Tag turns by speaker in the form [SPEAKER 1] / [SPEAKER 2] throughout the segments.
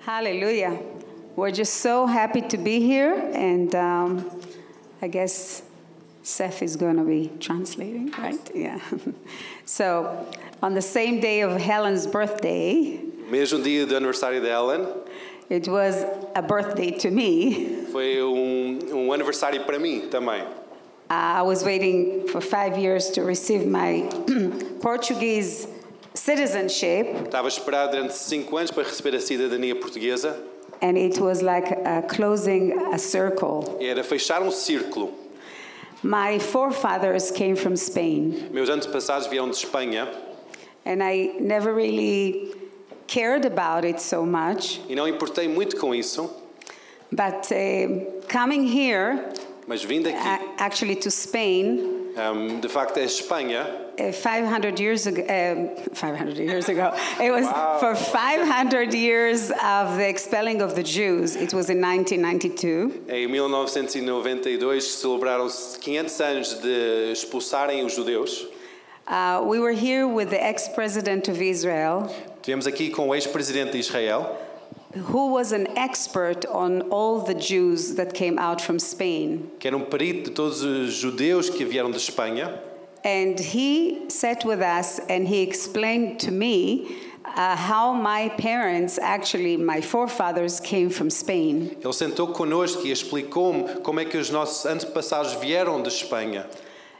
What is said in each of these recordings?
[SPEAKER 1] Hallelujah. We're just so happy to be here, and um, I guess Seth is going to be translating, right? Yeah. so, on the same day of Helen's birthday,
[SPEAKER 2] Mesmo dia do aniversário da Ellen,
[SPEAKER 1] it was a birthday to me.
[SPEAKER 2] foi um, um aniversário para mim também.
[SPEAKER 1] Uh, I was waiting for five years to receive my Portuguese citizenship,
[SPEAKER 2] Estava a esperar durante 5 anos para receber a cidadania portuguesa
[SPEAKER 1] and it was like uh, closing a circle.
[SPEAKER 2] e era fechar um círculo.
[SPEAKER 1] My forefathers came from Spain.
[SPEAKER 2] Meus antepassados vieram de Espanha
[SPEAKER 1] And I never really cared about it so much.
[SPEAKER 2] e não importei muito com isso,
[SPEAKER 1] But uh, coming here,
[SPEAKER 2] mas vindo aqui,
[SPEAKER 1] a- actually to Spain,
[SPEAKER 2] ahm, de facto é Espanha,
[SPEAKER 1] uh, 500 years ago, um 500 years ago, it was for 500 years of the expelling of the Jews. It was in 1992.
[SPEAKER 2] em 1992 celebraram-se 500 anos de expulsarem os judeus.
[SPEAKER 1] Uh, we were here with the ex president of Israel,
[SPEAKER 2] Tivemos aqui com o ex-presidente de Israel,
[SPEAKER 1] who was an expert on all the Jews that came out from Spain.
[SPEAKER 2] que era um perito de todos os judeus que vieram de Espanha.
[SPEAKER 1] And he sat with us and he explained to me uh, how my parents, actually, my forefathers, came from Spain.
[SPEAKER 2] Ele sentou connosco e explicou-me como é que os nossos antepassados vieram de Espanha.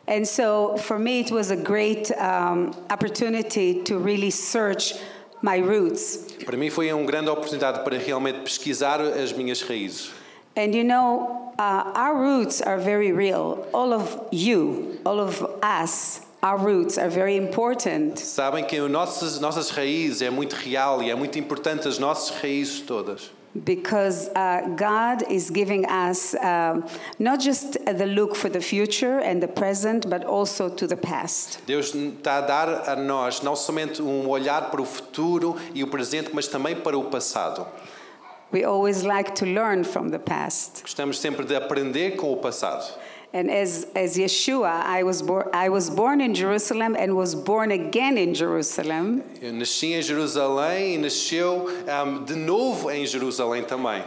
[SPEAKER 1] And so for me, it was a great um, opportunity to really search my roots.
[SPEAKER 2] Para mim foi uma grande oportunidade para realmente pesquisar as minhas raízes.
[SPEAKER 1] And you know, uh, our roots are very real. All of you, all of us, our roots are very important.
[SPEAKER 2] Sabem que as nossas, nossas raízes é muito real e é muito importante as nossas raízes todas.
[SPEAKER 1] Because uh, God is giving us um not just the look for the future and the present, but also to the past.
[SPEAKER 2] Deus está a dar a nós não somente um olhar para o futuro e o presente, mas também para o passado.
[SPEAKER 1] We always like to learn from the past.
[SPEAKER 2] Gostamos sempre de aprender com o passado.
[SPEAKER 1] And as, as Yeshua, I was, bor- I was born in Jerusalem and was born again in Jerusalem.
[SPEAKER 2] Eu nasci em Jerusalém e nasceu ahm, de novo em Jerusalém também.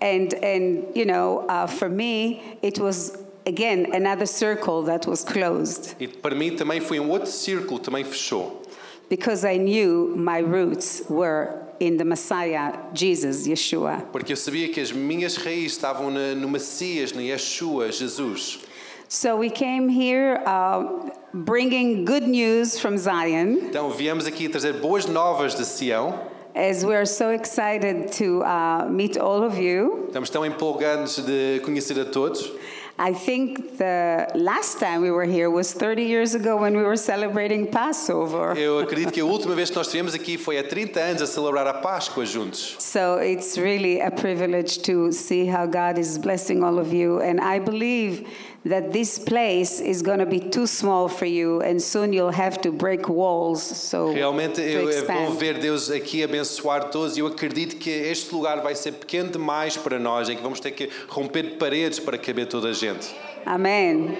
[SPEAKER 1] And, and you know, uh, for me, it was again another circle that was closed
[SPEAKER 2] E para mim também foi um outro círculo, também fechou.
[SPEAKER 1] because I knew my roots were in the Messiah, Jesus, Yeshua.
[SPEAKER 2] Porque eu sabia que as minhas raízes estavam na- no Messias, no Yeshua, Jesus.
[SPEAKER 1] So we came here uh, bringing good news from Zion
[SPEAKER 2] Então viemos aqui trazer boas novas de Sião.
[SPEAKER 1] as we're so excited to uh, meet all of you.
[SPEAKER 2] Estamos tão empolgados de conhecer a todos.
[SPEAKER 1] I think the last time we were here was 30 years ago when we were celebrating Passover.
[SPEAKER 2] Eu acredito que a última vez que nós estivemos aqui foi há 30 anos a celebrar a Páscoa juntos.
[SPEAKER 1] So it's really a privilege to see how God is blessing all of you. And I believe that this place is going to be too small for you, and soon you'll have to break walls. So
[SPEAKER 2] Realmente
[SPEAKER 1] to
[SPEAKER 2] eu, é bom
[SPEAKER 1] expand.
[SPEAKER 2] ver Deus aqui abençoar todos. e Eu acredito que este lugar vai ser pequeno demais para nós, em que vamos ter que romper paredes para caber toda a gente.
[SPEAKER 1] Amen.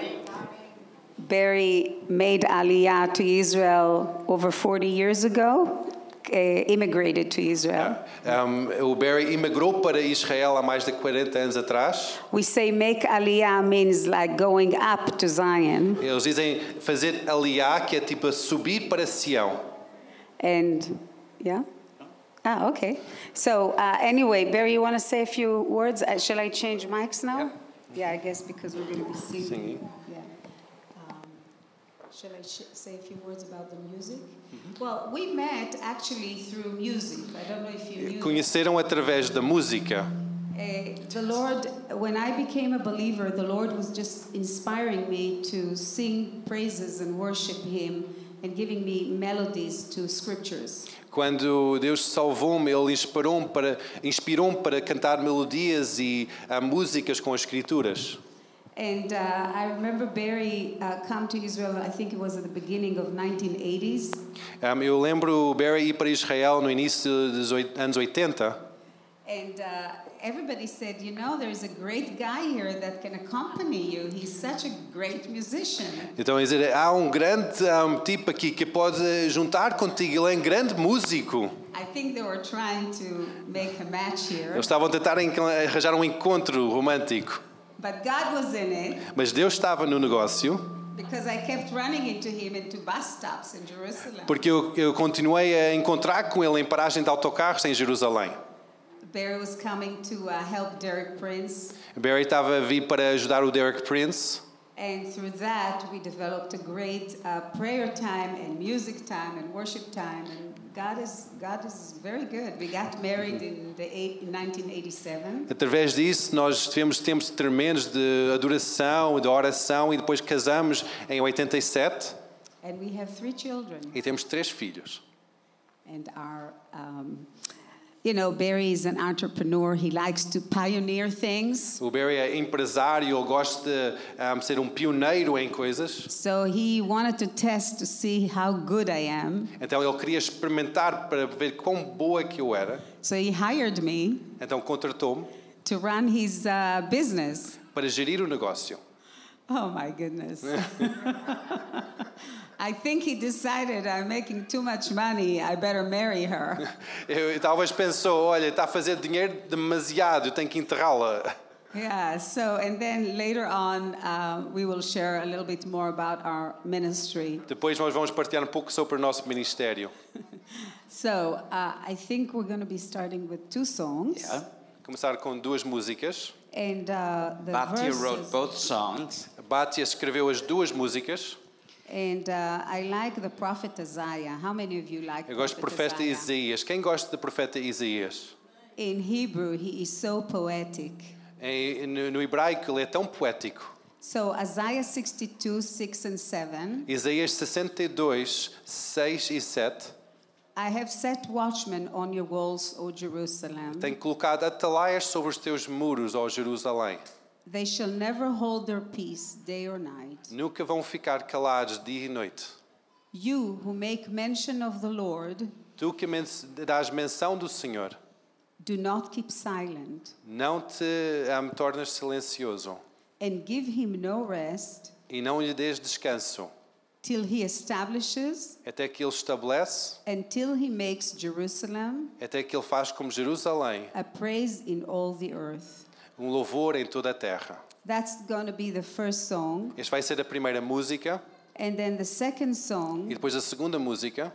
[SPEAKER 1] Barry made Aliyah to Israel over 40 years ago, eh, immigrated to Israel.
[SPEAKER 2] Um, o Barry imigrou para Israel há mais de 40 anos atrás.
[SPEAKER 1] We say make Aliyah means like going up to Zion.
[SPEAKER 2] Eles dizem fazer aliá, que é tipo subir para Sião.
[SPEAKER 1] And yeah? Ah, okay. So uh, anyway, Barry, you want to say a few words? Uh, shall I change mics now? Yeah, I guess because we're going to be singing.
[SPEAKER 2] Singing.
[SPEAKER 1] Yeah.
[SPEAKER 3] Um, Shall I sh- say a few words about the music? Well, we met actually through music. I don't know if you knew.
[SPEAKER 2] Conheceram através da música.
[SPEAKER 3] Uh, the Lord, when I became a believer, the Lord was just inspiring me to sing praises and worship Him and giving me melodies to scriptures.
[SPEAKER 2] Quando Deus salvou-me, Ele inspirou-me para, inspirou para cantar melodias e ah, músicas com as Escrituras.
[SPEAKER 3] And uh, I remember Barry uh, come to Israel, I think it was at the beginning of 1980s.
[SPEAKER 2] Ah, eu lembro o Barry ir para Israel no início dos oit- anos 80
[SPEAKER 1] And uh, everybody said, you know, there's a great guy here that can accompany you. He's such a great musician.
[SPEAKER 2] Então, é dizer, há um grande há um tipo aqui que pode juntar contigo, ele é um grande músico.
[SPEAKER 1] I think they were trying to make a match here,
[SPEAKER 2] Eles estavam a tentar en- arranjar um encontro romântico.
[SPEAKER 1] but God was in it
[SPEAKER 2] Mas Deus estava no negócio,
[SPEAKER 1] because I kept running into him into bus stops in Jerusalem.
[SPEAKER 2] porque eu, eu continuei a encontrar com ele em paragem de autocarros em Jerusalém.
[SPEAKER 1] Barry was coming to uh, help Derek Prince,
[SPEAKER 2] Barry estava a vir para ajudar o Derek Prince.
[SPEAKER 1] and through that, we developed a great uh, prayer time and music time and worship time. And God is, God is very good. We got married in, the eight, in 1987.
[SPEAKER 2] Através disso, nós tivemos tempos tremendos de adoração, de oração e depois casamos em 87
[SPEAKER 1] And we have three children.
[SPEAKER 2] e temos três filhos.
[SPEAKER 1] And our, um, you know, Barry is an entrepreneur. He likes to pioneer things.
[SPEAKER 2] O Barry é empresário, ele gosta de ah, ser um pioneiro em coisas.
[SPEAKER 1] So he wanted to test to see how good I am.
[SPEAKER 2] Então ele queria experimentar para ver quão boa que eu era.
[SPEAKER 1] So he hired me
[SPEAKER 2] Então contratou-me
[SPEAKER 1] to run his uh, business.
[SPEAKER 2] para gerir o negócio.
[SPEAKER 1] Oh my goodness. I think he decided I'm making too much money. I better marry her.
[SPEAKER 2] Eu, talvez pensou, olha, está a fazer dinheiro demasiado, eu tenho que enterrá-la.
[SPEAKER 1] yeah. So, and then later on, uh, we will share a little bit more about our ministry.
[SPEAKER 2] Depois nós vamos partilhar um pouco sobre o nosso ministério.
[SPEAKER 1] So, uh, I think we're going to be starting with two songs.
[SPEAKER 2] Começar com duas músicas.
[SPEAKER 1] And uh, the
[SPEAKER 4] Bhatia
[SPEAKER 1] verses.
[SPEAKER 4] wrote both songs.
[SPEAKER 2] Bátia escreveu as duas músicas.
[SPEAKER 1] And uh, I like the prophet Isaiah. How many of you like
[SPEAKER 2] Eu gosto do
[SPEAKER 1] prophet
[SPEAKER 2] profeta Isaías. Quem gosta do profeta Isaías?
[SPEAKER 1] In Hebrew, he is so poetic.
[SPEAKER 2] Em- no, no hebraico ele é tão poético.
[SPEAKER 1] So Isaiah 62, 6 and 7.
[SPEAKER 2] Isaías 62, 6 e 7.
[SPEAKER 1] I have set watchmen on your walls, O Jerusalem.
[SPEAKER 2] Tem colocado atalaias sobre os teus muros, ó Jerusalém.
[SPEAKER 1] They shall never hold their peace day or night.
[SPEAKER 2] Nunca vão ficar calados dia e noite.
[SPEAKER 1] You who make mention of the Lord,
[SPEAKER 2] Tu que men- dás menção do Senhor,
[SPEAKER 1] do not keep silent,
[SPEAKER 2] não te hum, tornas silencioso
[SPEAKER 1] and give him no rest
[SPEAKER 2] e não lhe dês descanso,
[SPEAKER 1] till he establishes,
[SPEAKER 2] até que ele estabelece,
[SPEAKER 1] until he makes Jerusalem
[SPEAKER 2] até que ele faz como Jerusalém
[SPEAKER 1] a praise in all the earth.
[SPEAKER 2] um louvor em toda a terra.
[SPEAKER 1] That's going to be the first song.
[SPEAKER 2] Esta vai ser a primeira música
[SPEAKER 1] And then the second
[SPEAKER 2] e
[SPEAKER 1] song
[SPEAKER 2] depois a segunda música,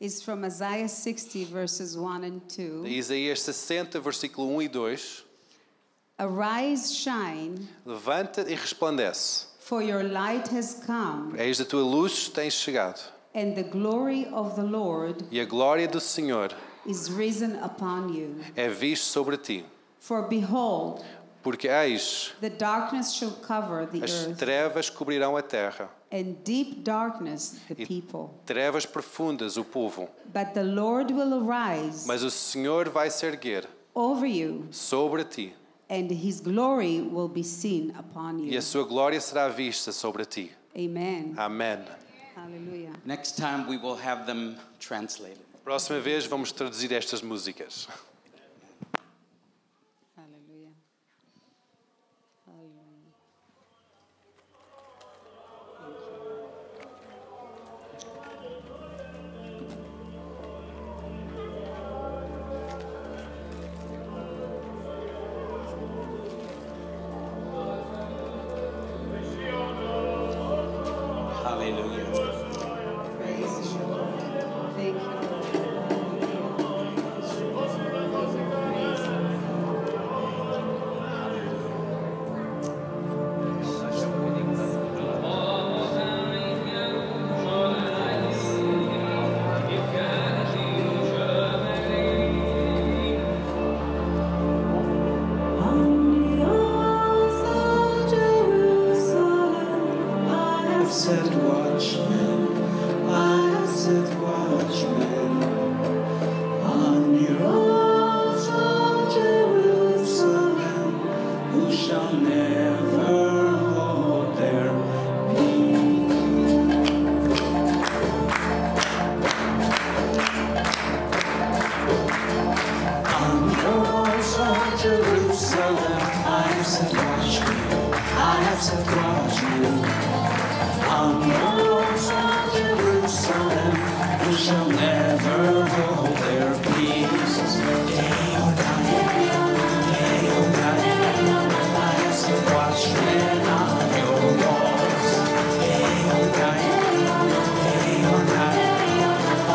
[SPEAKER 1] is from Isaiah 60, verses 1 and 2.
[SPEAKER 2] de Isaías 60, versículo 1 e 2.
[SPEAKER 1] Arise, shine,
[SPEAKER 2] Levanta e resplandece,
[SPEAKER 1] for your light has come,
[SPEAKER 2] eis a tua luz tem chegado
[SPEAKER 1] and the glory of the Lord
[SPEAKER 2] e a glória do Senhor
[SPEAKER 1] is risen upon you.
[SPEAKER 2] é vista sobre ti.
[SPEAKER 1] For behold,
[SPEAKER 2] Porque eis,
[SPEAKER 1] the darkness shall cover the
[SPEAKER 2] as
[SPEAKER 1] earth,
[SPEAKER 2] trevas cobrirão a terra,
[SPEAKER 1] and deep darkness the
[SPEAKER 2] It-
[SPEAKER 1] people.
[SPEAKER 2] trevas profundas o povo.
[SPEAKER 1] But the Lord will arise
[SPEAKER 2] Mas o Senhor vai se erguer
[SPEAKER 1] over you,
[SPEAKER 2] sobre ti,
[SPEAKER 1] and his glory will be seen upon
[SPEAKER 2] e
[SPEAKER 1] you.
[SPEAKER 2] a sua glória será vista sobre ti.
[SPEAKER 1] Amen.
[SPEAKER 2] Amém.
[SPEAKER 1] Hallelujah.
[SPEAKER 4] Next time we will have them translated.
[SPEAKER 2] Próxima vez vamos traduzir estas músicas.
[SPEAKER 1] Hallelujah. Hallelujah.
[SPEAKER 4] Hallelujah.
[SPEAKER 1] Praise you, Lord. Thank you, Lord. Hallelujah.
[SPEAKER 4] Jerusalem, I have surprised you. I have surprised you. On your roads from Jerusalem, you shall never go there. Peace is your day or night, day or night. I have surprised men on your walls. Day or night, day or night.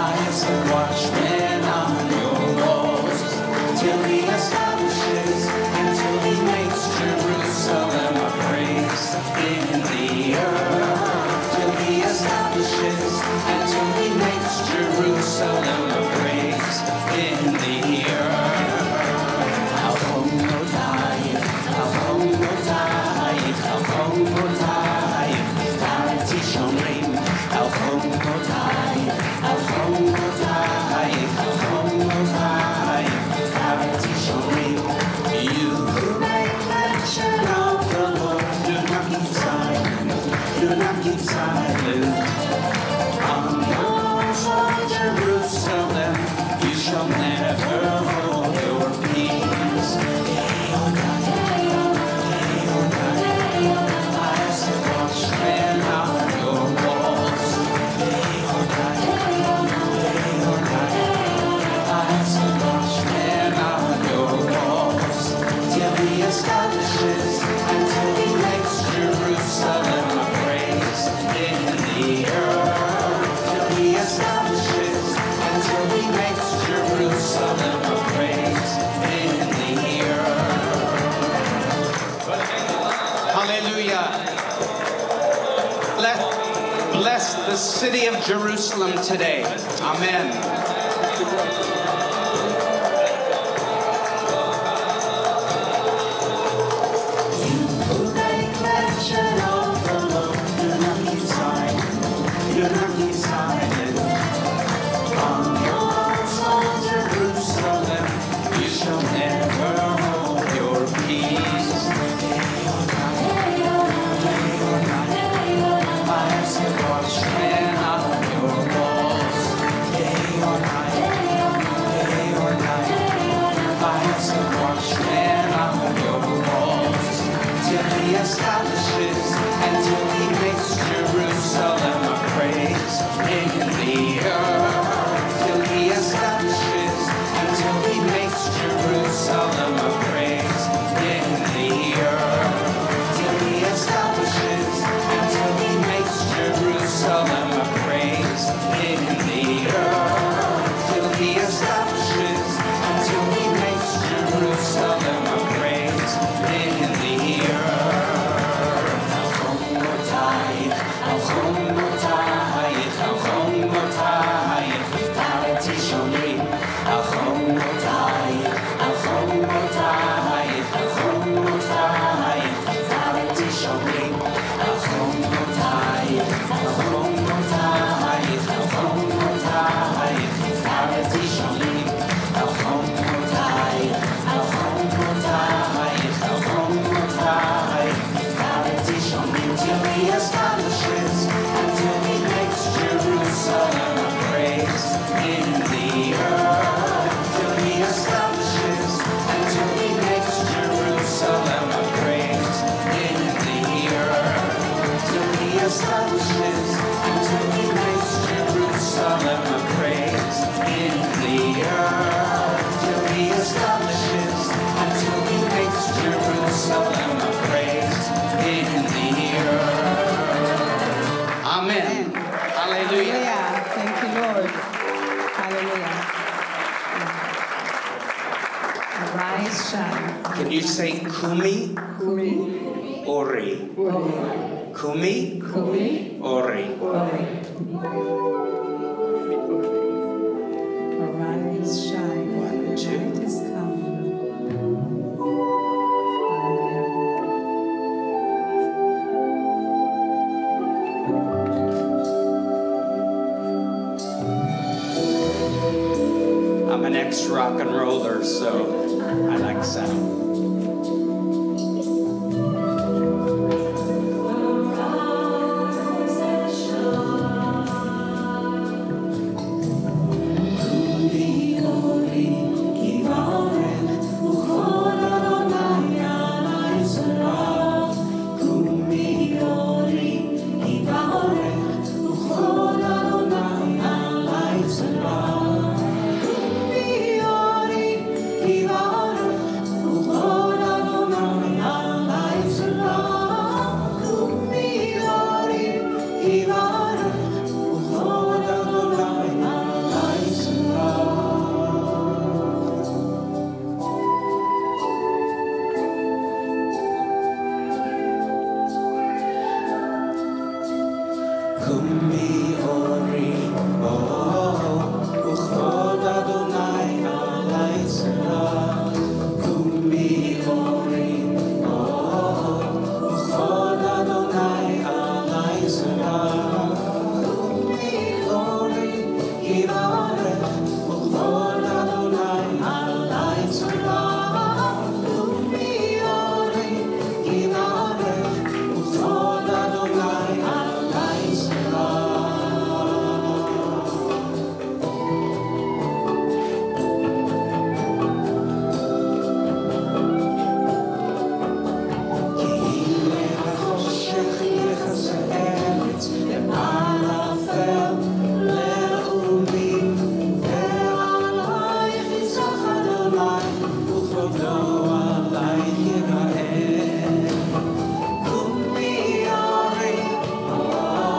[SPEAKER 4] I have surprised men on your walls. Till he establishes and till he makes Jerusalem a praise in the earth. Till he establishes and till he makes Jerusalem a praise in the earth. Jerusalem, you shall never hold your peace. Establishes until he makes Jerusalem a praise in the earth. Till he establishes until he makes Jerusalem a praise in the earth. Hallelujah. Let, bless the city of Jerusalem today. Amen. Jerusalem, you shall never hold your peace. I have surprised men on your walls. Day or night, day or night. I have surprised men on your walls. Till he establishes and till he makes Jerusalem a praise in the earth. Till he establishes and till he makes Jerusalem a praise in the earth. Till he establishes until he makes Jerusalem a praise in the earth. Till he establishes, until he makes Jerusalem a praise in the earth. Al-Khomotai, Al-Khomotai, Al-Khomotai, Parati Shomri. Al-Khomotai, Al-Khomotai, Al-Khomotai, Parati Shomri. Al-Khomotai, Al-Khomotai, Al-Khomotai, Parati Shomri. Al-Khomotai, Al-Khomotai, Al-Khomotai, Parati Shomri. Till he establishes until he makes Jerusalem a praise in the earth. Till he establishes until he makes Jerusalem a praise in the earth. Till he establishes until he makes Jerusalem a praise in the earth. Till he establishes until he makes Jerusalem a praise in the earth. Amen. Hallelujah.
[SPEAKER 1] Hallelujah. Thank you, Lord. Hallelujah. Arise, shine.
[SPEAKER 4] Can you say kumi? Kumi. Ori. Kumi.
[SPEAKER 1] Kumi.
[SPEAKER 4] Ori.
[SPEAKER 1] Arise, shine.
[SPEAKER 4] One, two.
[SPEAKER 1] Your light has come.
[SPEAKER 4] I'm an ex rock and roller, so I like sound.
[SPEAKER 5] Vigorim, que valem o coração.
[SPEAKER 6] don't know our light here I am. Whom we are in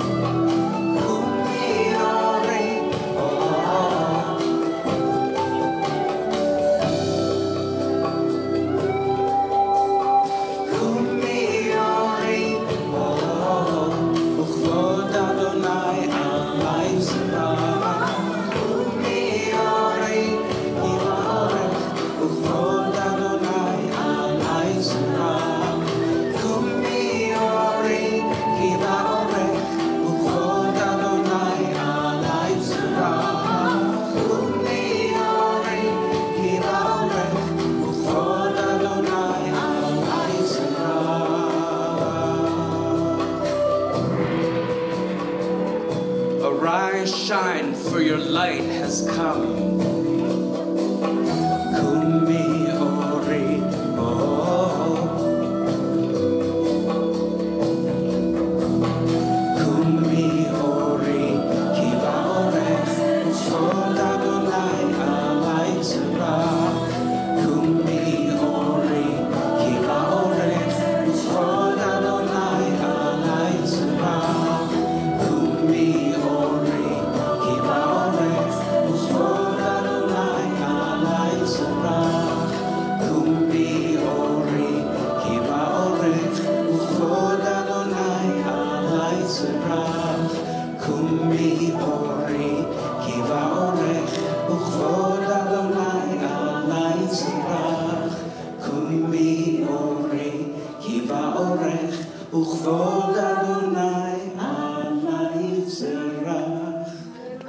[SPEAKER 6] Whom we are in Whom we are in וכבוד אדוני עלי זמרה. ומי יוריד ממעורך, וכבוד אדוני עלי זמרה. ומי יוריד ממעורך, וכבוד אדוני עלי זמרה. ומי יוריד ממעורך, וכבוד אדוני עלי זמרה. Arise, shine, for your light has come. Kumi ori Oh. o. Kumi ori kiva ore. Soda donai alai zara. Kumi ori kiva ore. Soda donai alai zara. וכבוד אדוני עלי זרח.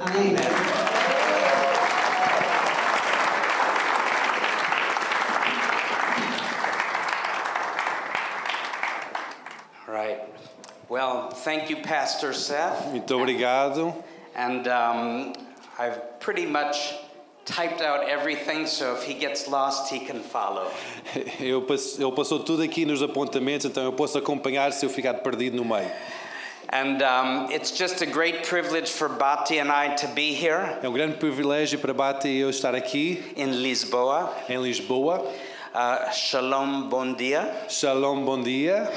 [SPEAKER 3] Amen.
[SPEAKER 4] All right. Well, thank you, Pastor Seth.
[SPEAKER 2] Muito obrigado.
[SPEAKER 4] And um, I've pretty much typed out everything, so if he gets lost, he can follow.
[SPEAKER 2] Eu passo- ele passou tudo aqui nos apontamentos, então eu posso acompanhar se eu ficar perdido no meio.
[SPEAKER 4] And um, it's just a great privilege for Bati and I to be here
[SPEAKER 2] É um grande privilégio para Bate e eu estar aqui
[SPEAKER 4] in Lisboa.
[SPEAKER 2] em Lisboa.
[SPEAKER 4] Uh, shalom, bon dia.
[SPEAKER 2] Shalom, bom dia.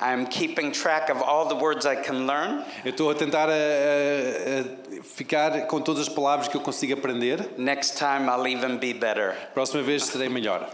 [SPEAKER 4] I'm keeping track of all the words I can learn.
[SPEAKER 2] Eu estou a tentar a, a- a ficar com todas as palavras que eu consigo aprender.
[SPEAKER 4] Next time, I'll even be better.
[SPEAKER 2] Próxima vez serei melhor.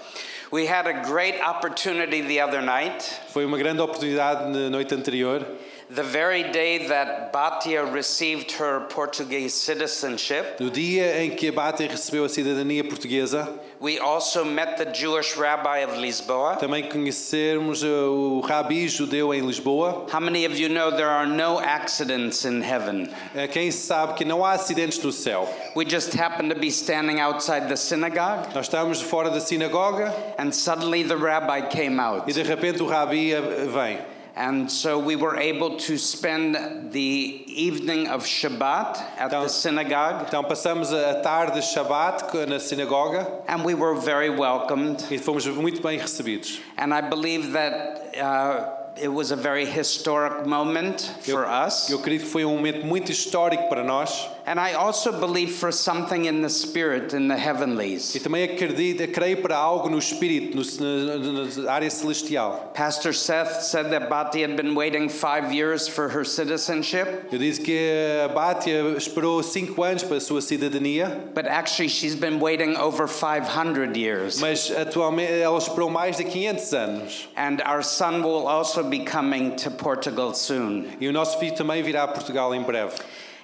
[SPEAKER 4] We had a great opportunity the other night.
[SPEAKER 2] Foi uma grande oportunidade na noite anterior.
[SPEAKER 4] The very day that Batia received her Portuguese citizenship,
[SPEAKER 2] No dia em que a Bate recebeu a cidadania portuguesa,
[SPEAKER 4] we also met the Jewish rabbi of Lisboa.
[SPEAKER 2] também conhecermos uh, o Rabi judeu em Lisboa.
[SPEAKER 4] How many of you know there are no accidents in heaven?
[SPEAKER 2] Uh, Quem sabe que não há acidentes no céu.
[SPEAKER 4] We just happened to be standing outside the synagogue,
[SPEAKER 2] Nós estávamos fora da sinagoga
[SPEAKER 4] and suddenly the rabbi came out.
[SPEAKER 2] e de repente o Rabi eh, vem.
[SPEAKER 4] And so we were able to spend the evening of Shabbat at
[SPEAKER 2] Down.
[SPEAKER 4] the synagogue,
[SPEAKER 2] Então passamos a tarde de Shabat co- na sinagoga
[SPEAKER 4] and we were very welcomed.
[SPEAKER 2] e fomos muito bem recebidos.
[SPEAKER 4] And I believe that uh, it was a very historic moment for us.
[SPEAKER 2] Eu acredito que foi um momento muito histórico para nós
[SPEAKER 4] And I also believe for something in the spirit, in the
[SPEAKER 2] e
[SPEAKER 4] heavenlies.
[SPEAKER 2] também acredito, creio para algo no espírito, no, ce- na- na, na área celestial.
[SPEAKER 4] Pastor Seth said that Bhatti had been waiting five years for her citizenship,
[SPEAKER 2] Eu disse que a Bátia esperou cinco anos para a sua cidadania,
[SPEAKER 4] but actually she's been waiting over 500 years.
[SPEAKER 2] mas atualmente ela esperou mais de 500 anos.
[SPEAKER 4] And our son will also be coming to Portugal soon.
[SPEAKER 2] E o nosso filho também virá a Portugal em breve.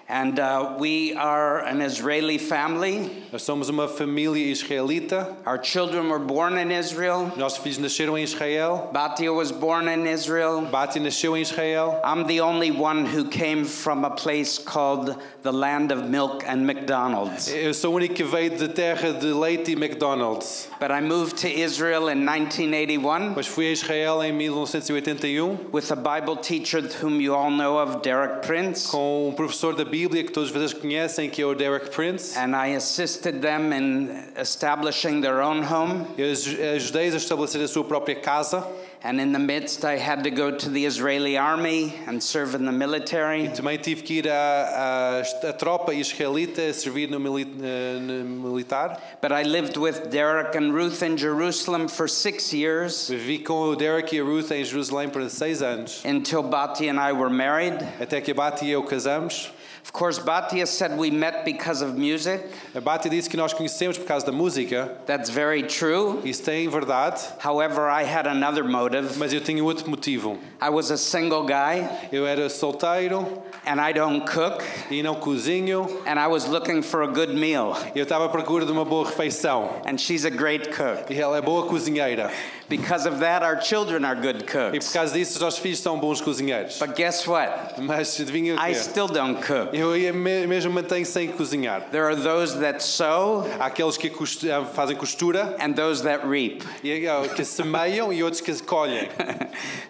[SPEAKER 4] And uh, we are an Israeli family.
[SPEAKER 2] Nós somos uma família israelita.
[SPEAKER 4] Our children were born in Israel.
[SPEAKER 2] Nossos filhos nasceram em Israel.
[SPEAKER 4] Batia was born in Israel.
[SPEAKER 2] Bati nasceu em Israel.
[SPEAKER 4] I'm the only one who came from a place called the land of milk and McDonald's.
[SPEAKER 2] Eu sou o único que veio de terra de leite e McDonald's.
[SPEAKER 4] But I moved to Israel in 1981
[SPEAKER 2] Mas fui a Israel em 1981
[SPEAKER 4] with a Bible teacher whom you all know of, Derek Prince,
[SPEAKER 2] com um professor da Bíblia que todos vocês conhecem, que é o Derek Prince.
[SPEAKER 4] and I assisted them in establishing their own home.
[SPEAKER 2] Eu aj- ajudei a estabelecer a sua própria casa
[SPEAKER 4] And in the midst, I had to go to the Israeli army and serve in the military.
[SPEAKER 2] Também tive que ir à, à, à tropa israelita servir no, mili- eh, no militar.
[SPEAKER 4] But I lived with Derek and Ruth in Jerusalem for six years
[SPEAKER 2] Vivi com o Derek e a Ruth em Jerusalém por seis anos.
[SPEAKER 4] until Bati and I were married.
[SPEAKER 2] Até que a Bati e eu casamos.
[SPEAKER 4] Of course, Bhatia said we met because of music.
[SPEAKER 2] A Bati disse que nós conhecemos por causa da música.
[SPEAKER 4] That's very true.
[SPEAKER 2] Isso tem verdade,
[SPEAKER 4] However, I had another motive.
[SPEAKER 2] mas eu tinha outro motivo.
[SPEAKER 4] I was a single guy,
[SPEAKER 2] Eu era solteiro
[SPEAKER 4] and I don't cook,
[SPEAKER 2] e não cozinho.
[SPEAKER 4] and I was looking for a good meal.
[SPEAKER 2] Eu estava à procura de uma boa refeição.
[SPEAKER 4] And she's a great cook.
[SPEAKER 2] E ela é boa cozinheira.
[SPEAKER 4] Because of that, our children are good
[SPEAKER 2] E por
[SPEAKER 4] cooks.
[SPEAKER 2] causa disso, os nossos filhos são bons cozinheiros.
[SPEAKER 4] But guess what?
[SPEAKER 2] Mas adivinha o
[SPEAKER 4] I
[SPEAKER 2] quê?
[SPEAKER 4] still don't cook.
[SPEAKER 2] Eu ia me- mesmo mantenho sem cozinhar.
[SPEAKER 4] There are those that sow
[SPEAKER 2] Há aqueles que costu- ah, fazem costura,
[SPEAKER 4] and those that reap.
[SPEAKER 2] e há que semeiam e outros que colhem.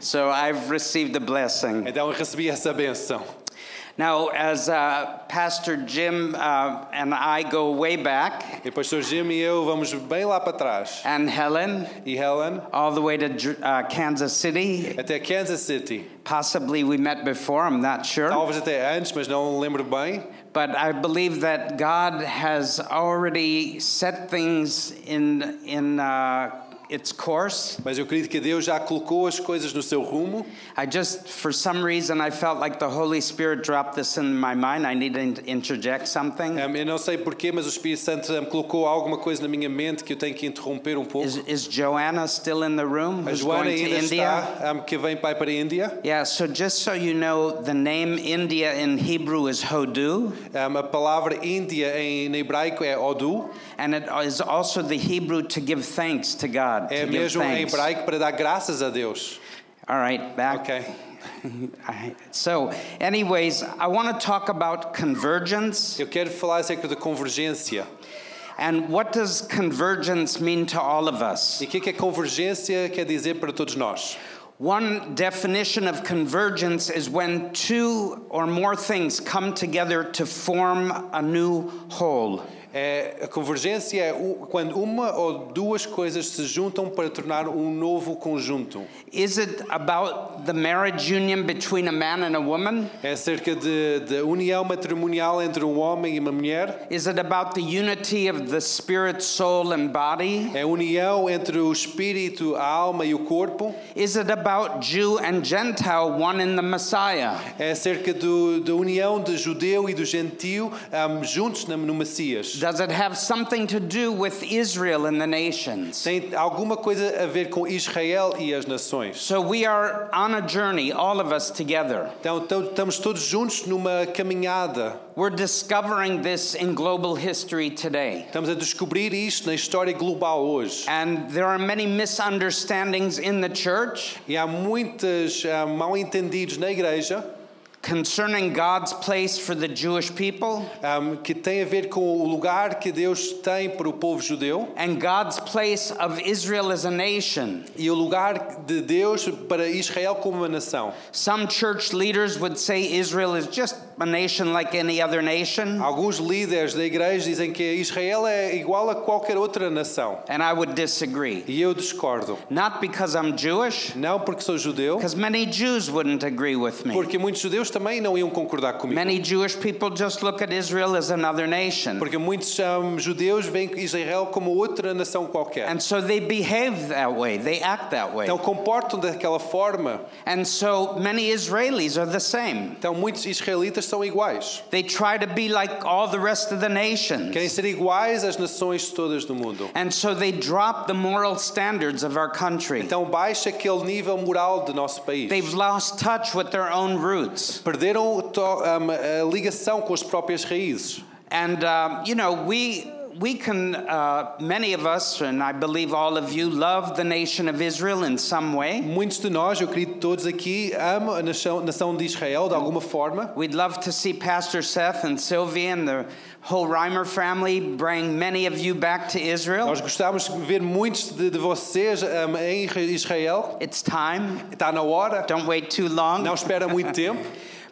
[SPEAKER 4] So I've received a blessing.
[SPEAKER 2] Então eu recebi essa benção.
[SPEAKER 4] Now, as uh, Pastor Jim uh, and I go way back,
[SPEAKER 2] E depois Sr. Jim e eu vamos bem lá para trás.
[SPEAKER 4] and Helen,
[SPEAKER 2] E Helen,
[SPEAKER 4] all the way to Ju- uh, Kansas City.
[SPEAKER 2] até Kansas City.
[SPEAKER 4] Possibly we met before, I'm not sure.
[SPEAKER 2] Talvez até antes, mas não lembro bem.
[SPEAKER 4] But I believe that God has already set things in, in uh, its course.
[SPEAKER 2] Mas eu acredito que Deus já colocou as coisas no seu rumo.
[SPEAKER 4] I just, for some reason, I felt like the Holy Spirit dropped this in my mind. I need to in- interject something.
[SPEAKER 2] Ahm, Eu não sei porquê, mas o Espírito Santo ahm, colocou alguma coisa na minha mente que eu tenho que interromper um pouco.
[SPEAKER 4] Is, is Joanna still in the room?
[SPEAKER 2] A
[SPEAKER 4] Who's
[SPEAKER 2] Joana
[SPEAKER 4] going to
[SPEAKER 2] ainda
[SPEAKER 4] India?
[SPEAKER 2] está, ahm, que vem pai para a Índia.
[SPEAKER 4] Yeah, so just so you know, the name India in Hebrew is Hodu,
[SPEAKER 2] Ahm, A palavra Índia em hebraico é Odu.
[SPEAKER 4] and it is also the Hebrew to give thanks to God.
[SPEAKER 2] É
[SPEAKER 4] to give
[SPEAKER 2] mesmo em
[SPEAKER 4] thanks.
[SPEAKER 2] hebraico para dar graças a Deus.
[SPEAKER 4] All right, back.
[SPEAKER 2] Okay.
[SPEAKER 4] I- so, anyways, I want to talk about convergence
[SPEAKER 2] Eu quero falar acerca da convergência.
[SPEAKER 4] and what does convergence mean to all of us?
[SPEAKER 2] E o que é que a convergência quer dizer para todos nós?
[SPEAKER 4] One definition of convergence is when two or more things come together to form a new whole.
[SPEAKER 2] É, a convergência é o- quando uma ou duas coisas se juntam para tornar um novo conjunto.
[SPEAKER 4] Is it about the marriage union between a man and a woman?
[SPEAKER 2] É acerca de- da união matrimonial entre um homem e uma mulher.
[SPEAKER 4] Is it about the unity of the spirit, soul, and body?
[SPEAKER 2] É a união entre o espírito, a alma e o corpo.
[SPEAKER 4] Is it about Jew and Gentile, one in the Messiah?
[SPEAKER 2] É acerca do, da união de judeu e do gentio ahm, juntos na- no Messias.
[SPEAKER 4] Does it have something to do with Israel and the nations?
[SPEAKER 2] Tem alguma coisa a ver com Israel e as nações.
[SPEAKER 4] So we are on a journey, all of us together.
[SPEAKER 2] Então, to- estamos todos juntos numa caminhada.
[SPEAKER 4] We're discovering this in global history today.
[SPEAKER 2] Estamos a descobrir isto na história global hoje.
[SPEAKER 4] And there are many misunderstandings in the church
[SPEAKER 2] E há muitos ah, mal-entendidos na igreja
[SPEAKER 4] concerning God's place for the Jewish people.
[SPEAKER 2] ahm, hum, que tem a ver com o lugar que Deus tem para o povo judeu
[SPEAKER 4] and God's place of Israel as a nation.
[SPEAKER 2] e o lugar de Deus para Israel como uma nação.
[SPEAKER 4] Some church leaders would say Israel is just a nation like any other nation,
[SPEAKER 2] Alguns líderes da igreja dizem que Israel é igual a qualquer outra nação.
[SPEAKER 4] and I would disagree.
[SPEAKER 2] E eu discordo.
[SPEAKER 4] Not because I'm Jewish,
[SPEAKER 2] Não porque sou judeu,
[SPEAKER 4] because many Jews wouldn't agree with me.
[SPEAKER 2] porque muitos judeus também não iam concordar comigo.
[SPEAKER 4] Many Jewish people just look at Israel as another nation.
[SPEAKER 2] Porque muitos ahm, judeus veem Israel como outra nação qualquer.
[SPEAKER 4] And so they behave that way, they act that way.
[SPEAKER 2] Então comportam daquela forma.
[SPEAKER 4] And so many Israelis are the same.
[SPEAKER 2] Então muitos israelitas são iguais.
[SPEAKER 4] They try to be like all the rest of the
[SPEAKER 2] Querem
[SPEAKER 4] nations.
[SPEAKER 2] ser iguais às nações todas do mundo.
[SPEAKER 4] And so they drop the moral standards of our country.
[SPEAKER 2] Então baixa aquele nível moral do nosso país.
[SPEAKER 4] They've lost touch with their own roots.
[SPEAKER 2] Perderam o to- ahm, a ligação com as próprias raízes.
[SPEAKER 4] And, um, you know, we, we can, uh, many of us, and I believe all of you, love the nation of Israel in some way.
[SPEAKER 2] Muitos de nós, eu acredito todos aqui, amam a nação, nação de Israel de alguma forma.
[SPEAKER 4] We'd love to see Pastor Seth and Sylvia and the whole Reimer family bring many of you back to Israel.
[SPEAKER 2] Nós gostávamos de ver muitos de, de vocês ahm, em Israel.
[SPEAKER 4] It's time.
[SPEAKER 2] Está na hora.
[SPEAKER 4] Don't wait too long.
[SPEAKER 2] Não espera muito tempo.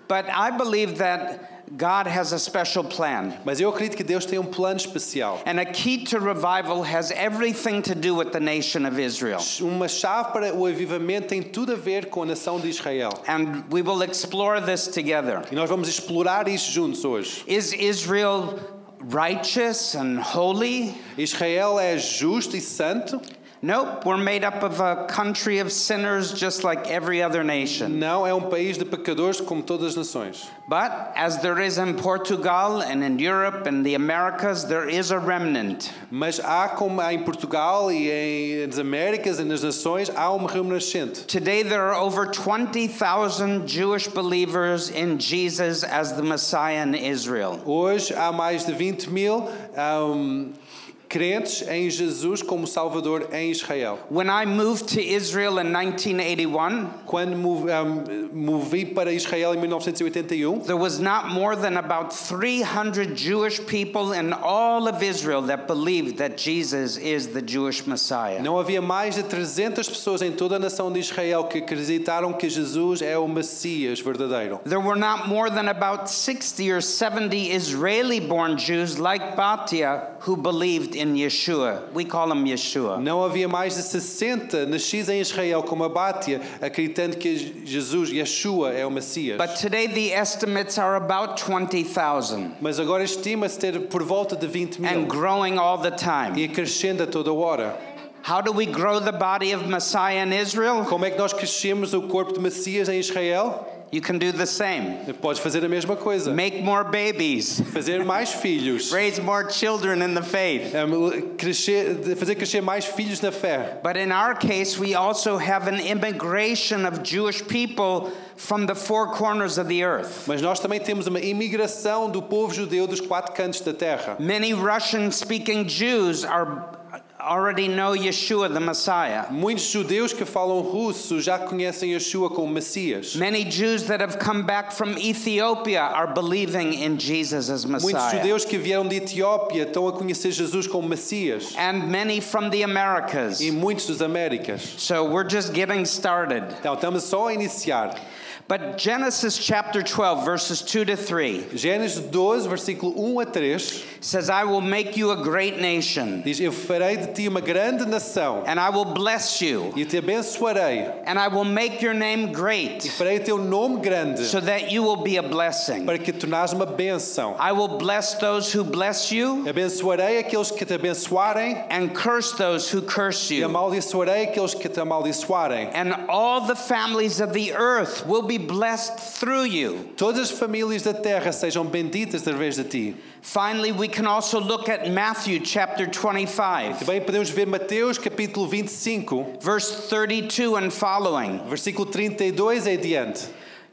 [SPEAKER 4] But I believe that God has a special plan.
[SPEAKER 2] Mas eu acredito que Deus tem um plano especial.
[SPEAKER 4] And a key to revival has everything to do with the nation of Israel.
[SPEAKER 2] Uma chave para o avivamento tem tudo a ver com a nação de Israel.
[SPEAKER 4] And we will explore this together.
[SPEAKER 2] E nós vamos explorar isso juntos hoje.
[SPEAKER 4] Is Israel righteous and holy?
[SPEAKER 2] Israel é justo e santo?
[SPEAKER 4] Nope, we're made up of a country of sinners just like every other nation.
[SPEAKER 2] Não é um país de pecadores como todas as nações.
[SPEAKER 4] But as there is in Portugal and in Europe and the Americas, there is a remnant.
[SPEAKER 2] Mas há, como há em Portugal e em, nas Américas e nas nações, há um remanescente.
[SPEAKER 4] Today, there are over 20,000 Jewish believers in Jesus as the Messiah in Israel.
[SPEAKER 2] Hoje há mais de 20 mil ahm, crentes em Jesus como Salvador em Israel.
[SPEAKER 4] When I moved to Israel in 1981,
[SPEAKER 2] Quando mo- ahm, movi para Israel em 1981,
[SPEAKER 4] there was not more than about 300 Jewish people in all of Israel that believed that Jesus is the Jewish Messiah.
[SPEAKER 2] não havia mais de 300 pessoas em toda a nação de Israel que acreditaram que Jesus é o Messias verdadeiro.
[SPEAKER 4] There were not more than about 60 or 70 Israeli born Jews like Batia who believed in Yeshua. We call him Yeshua.
[SPEAKER 2] Não havia mais de 60 nascidos em Israel como a Bátia, acreditando que Jesus, Yeshua, é o Messias.
[SPEAKER 4] But today the estimates are about 20,000
[SPEAKER 2] Mas agora estima-se ter por volta de 20 mil
[SPEAKER 4] and growing all the
[SPEAKER 2] e
[SPEAKER 4] time.
[SPEAKER 2] acrescendo a toda hora.
[SPEAKER 4] How do we grow the body of Messiah in Israel?
[SPEAKER 2] Como é que nós crescemos o corpo de Messias em Israel?
[SPEAKER 4] You can do the same.
[SPEAKER 2] Podes fazer a mesma coisa.
[SPEAKER 4] Make more babies,
[SPEAKER 2] Fazer mais filhos.
[SPEAKER 4] raise more children in the faith.
[SPEAKER 2] Hum, Crescer, de fazer crescer mais filhos na fé.
[SPEAKER 4] But in our case, we also have an immigration of Jewish people from the four corners of the earth.
[SPEAKER 2] Mas nós também temos uma imigração do povo judeu dos quatro cantos da terra.
[SPEAKER 4] Many Russian speaking Jews are already know Yeshua the Messiah.
[SPEAKER 2] Muitos judeus que falam russo já conhecem Yeshua como Messias.
[SPEAKER 4] Many Jews that have come back from Ethiopia are believing in Jesus as
[SPEAKER 2] Muitos
[SPEAKER 4] Messiah.
[SPEAKER 2] judeus que vieram de Etiópia estão a conhecer Jesus como Messias
[SPEAKER 4] And many from the Americas.
[SPEAKER 2] e muitos dos Américas.
[SPEAKER 4] So we're just getting started.
[SPEAKER 2] Então, estamos só a iniciar.
[SPEAKER 4] But Genesis chapter 12, verses 2 to 3
[SPEAKER 2] Gênesis 12, versículo 1 a 3,
[SPEAKER 4] says, I will make you a great nation,
[SPEAKER 2] diz: Eu farei de ti uma grande nação
[SPEAKER 4] and I will bless you,
[SPEAKER 2] e te abençoarei.
[SPEAKER 4] and I will make your name
[SPEAKER 2] E
[SPEAKER 4] great,
[SPEAKER 2] farei o teu nome grande
[SPEAKER 4] so that you will be a blessing.
[SPEAKER 2] para que te tornares uma bênção.
[SPEAKER 4] I will bless those who bless you,
[SPEAKER 2] Abençoarei aqueles que te abençoarem
[SPEAKER 4] and curse those who curse
[SPEAKER 2] e
[SPEAKER 4] you.
[SPEAKER 2] amaldiçoarei aqueles que te amaldiçoarem.
[SPEAKER 4] And all the families of the earth will be blessed through you.
[SPEAKER 2] Todas as famílias da terra sejam benditas através de ti.
[SPEAKER 4] Finally, we can also look at Matthew chapter 25,
[SPEAKER 2] Também podemos ver Mateus capítulo 25,
[SPEAKER 4] verse 32 and following.
[SPEAKER 2] versículo 32 em diante.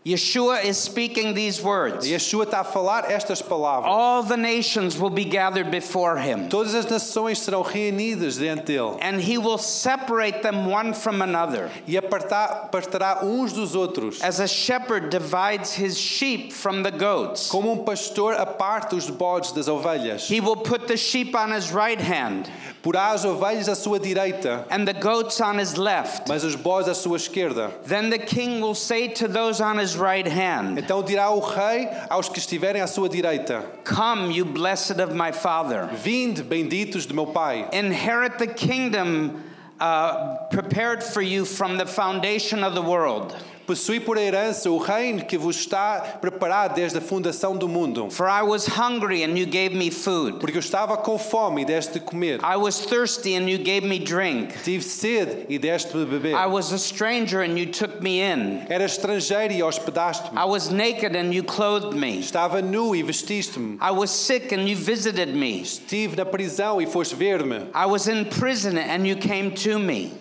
[SPEAKER 4] Yeshua is speaking these words
[SPEAKER 2] Yeshua está a falar estas palavras.
[SPEAKER 4] All the nations will be gathered before him,
[SPEAKER 2] Todas as nações serão reunidas diante dele
[SPEAKER 4] and he will separate them one from another.
[SPEAKER 2] e apartar- apartará uns dos outros.
[SPEAKER 4] As a shepherd divides his sheep from the goats,
[SPEAKER 2] Como um pastor aparta os bodes das ovelhas,
[SPEAKER 4] he will put the sheep on his right hand
[SPEAKER 2] porá as ovelhas à sua direita,
[SPEAKER 4] and the goats on his left.
[SPEAKER 2] mas os bodes à sua esquerda.
[SPEAKER 4] Then the king will say to those on his right hand,
[SPEAKER 2] Então dirá o rei aos que estiverem à sua direita:
[SPEAKER 4] Come, you blessed of my father,
[SPEAKER 2] Vinde, benditos de meu Pai,
[SPEAKER 4] inherit the kingdom uh, prepared for you from the foundation of the world.
[SPEAKER 2] possui por herança o reino que vos está preparado desde a fundação do mundo.
[SPEAKER 4] For I was hungry and you gave me food.
[SPEAKER 2] Porque eu estava com fome e deste de comer,
[SPEAKER 4] I was thirsty and you gave me drink.
[SPEAKER 2] tive sede e deste-me beber.
[SPEAKER 4] I was a stranger and you took me in.
[SPEAKER 2] Era estrangeiro e hospedaste-me.
[SPEAKER 4] I was naked and you clothed me.
[SPEAKER 2] Estava nu e vestiste-me.
[SPEAKER 4] I was sick and you visited me.
[SPEAKER 2] Estive na prisão e foste ver-me.
[SPEAKER 4] I was in prison and you came to me.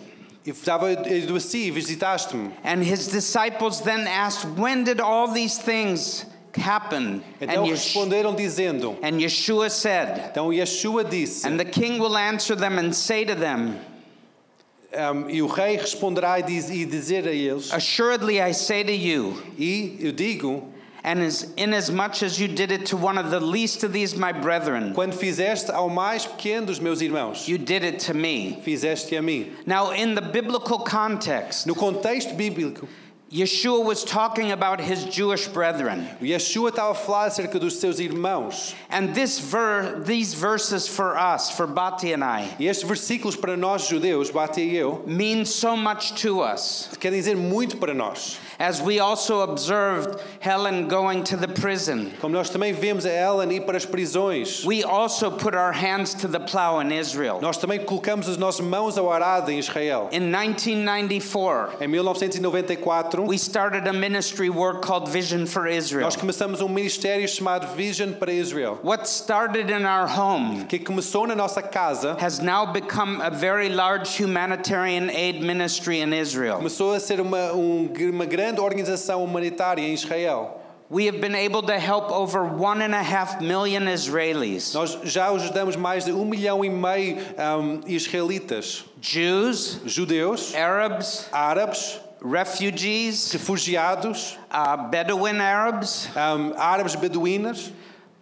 [SPEAKER 2] E Estava adoeci e visitaste-me.
[SPEAKER 4] And his disciples then asked, When did all these things happen?
[SPEAKER 2] Então
[SPEAKER 4] And, Yesh-
[SPEAKER 2] responderam dizendo.
[SPEAKER 4] and Yeshua said,
[SPEAKER 2] Então Yeshua disse,
[SPEAKER 4] And the king will answer them and say to them,
[SPEAKER 2] um, e o rei responderá e, diz, e dizer a eles,
[SPEAKER 4] Assuredly I say to you,
[SPEAKER 2] e eu digo,
[SPEAKER 4] and as, inasmuch as you did it to one of the least of these my brethren,
[SPEAKER 2] quando fizeste ao mais pequeno dos meus irmãos,
[SPEAKER 4] you did it to me.
[SPEAKER 2] fizeste a mim.
[SPEAKER 4] Now, in the biblical context,
[SPEAKER 2] No contexto bíblico,
[SPEAKER 4] Yeshua was talking about his Jewish brethren.
[SPEAKER 2] Yeshua estava a falar acerca dos seus irmãos.
[SPEAKER 4] And this ver, these verses for us, for Bati and I,
[SPEAKER 2] E estes versículos para nós judeus, Bate e eu,
[SPEAKER 4] mean so much to us
[SPEAKER 2] querem dizer muito para nós.
[SPEAKER 4] as we also observed Helen going to the prison.
[SPEAKER 2] Como nós também vemos a Ellen ir para as prisões.
[SPEAKER 4] We also put our hands to the plow in Israel.
[SPEAKER 2] Nós também colocamos as nossas mãos ao arado em Israel.
[SPEAKER 4] In 1994,
[SPEAKER 2] Em 1994,
[SPEAKER 4] we started a ministry work called Vision for Israel.
[SPEAKER 2] nós começamos um ministério chamado Vision para Israel,
[SPEAKER 4] What started in our home
[SPEAKER 2] que começou na nossa casa,
[SPEAKER 4] has now become a very large humanitarian aid ministry in Israel.
[SPEAKER 2] começou a ser uma, um- uma grande organização humanitária em Israel.
[SPEAKER 4] We have been able to help over one and a half million Israelis,
[SPEAKER 2] Nós já ajudamos mais de um milhão e meio ahm, israelitas,
[SPEAKER 4] Jews,
[SPEAKER 2] judeus,
[SPEAKER 4] Arabs,
[SPEAKER 2] árabes,
[SPEAKER 4] refugees,
[SPEAKER 2] refugiados,
[SPEAKER 4] uh, Bedouin Arabs,
[SPEAKER 2] ahm, árabes beduínas,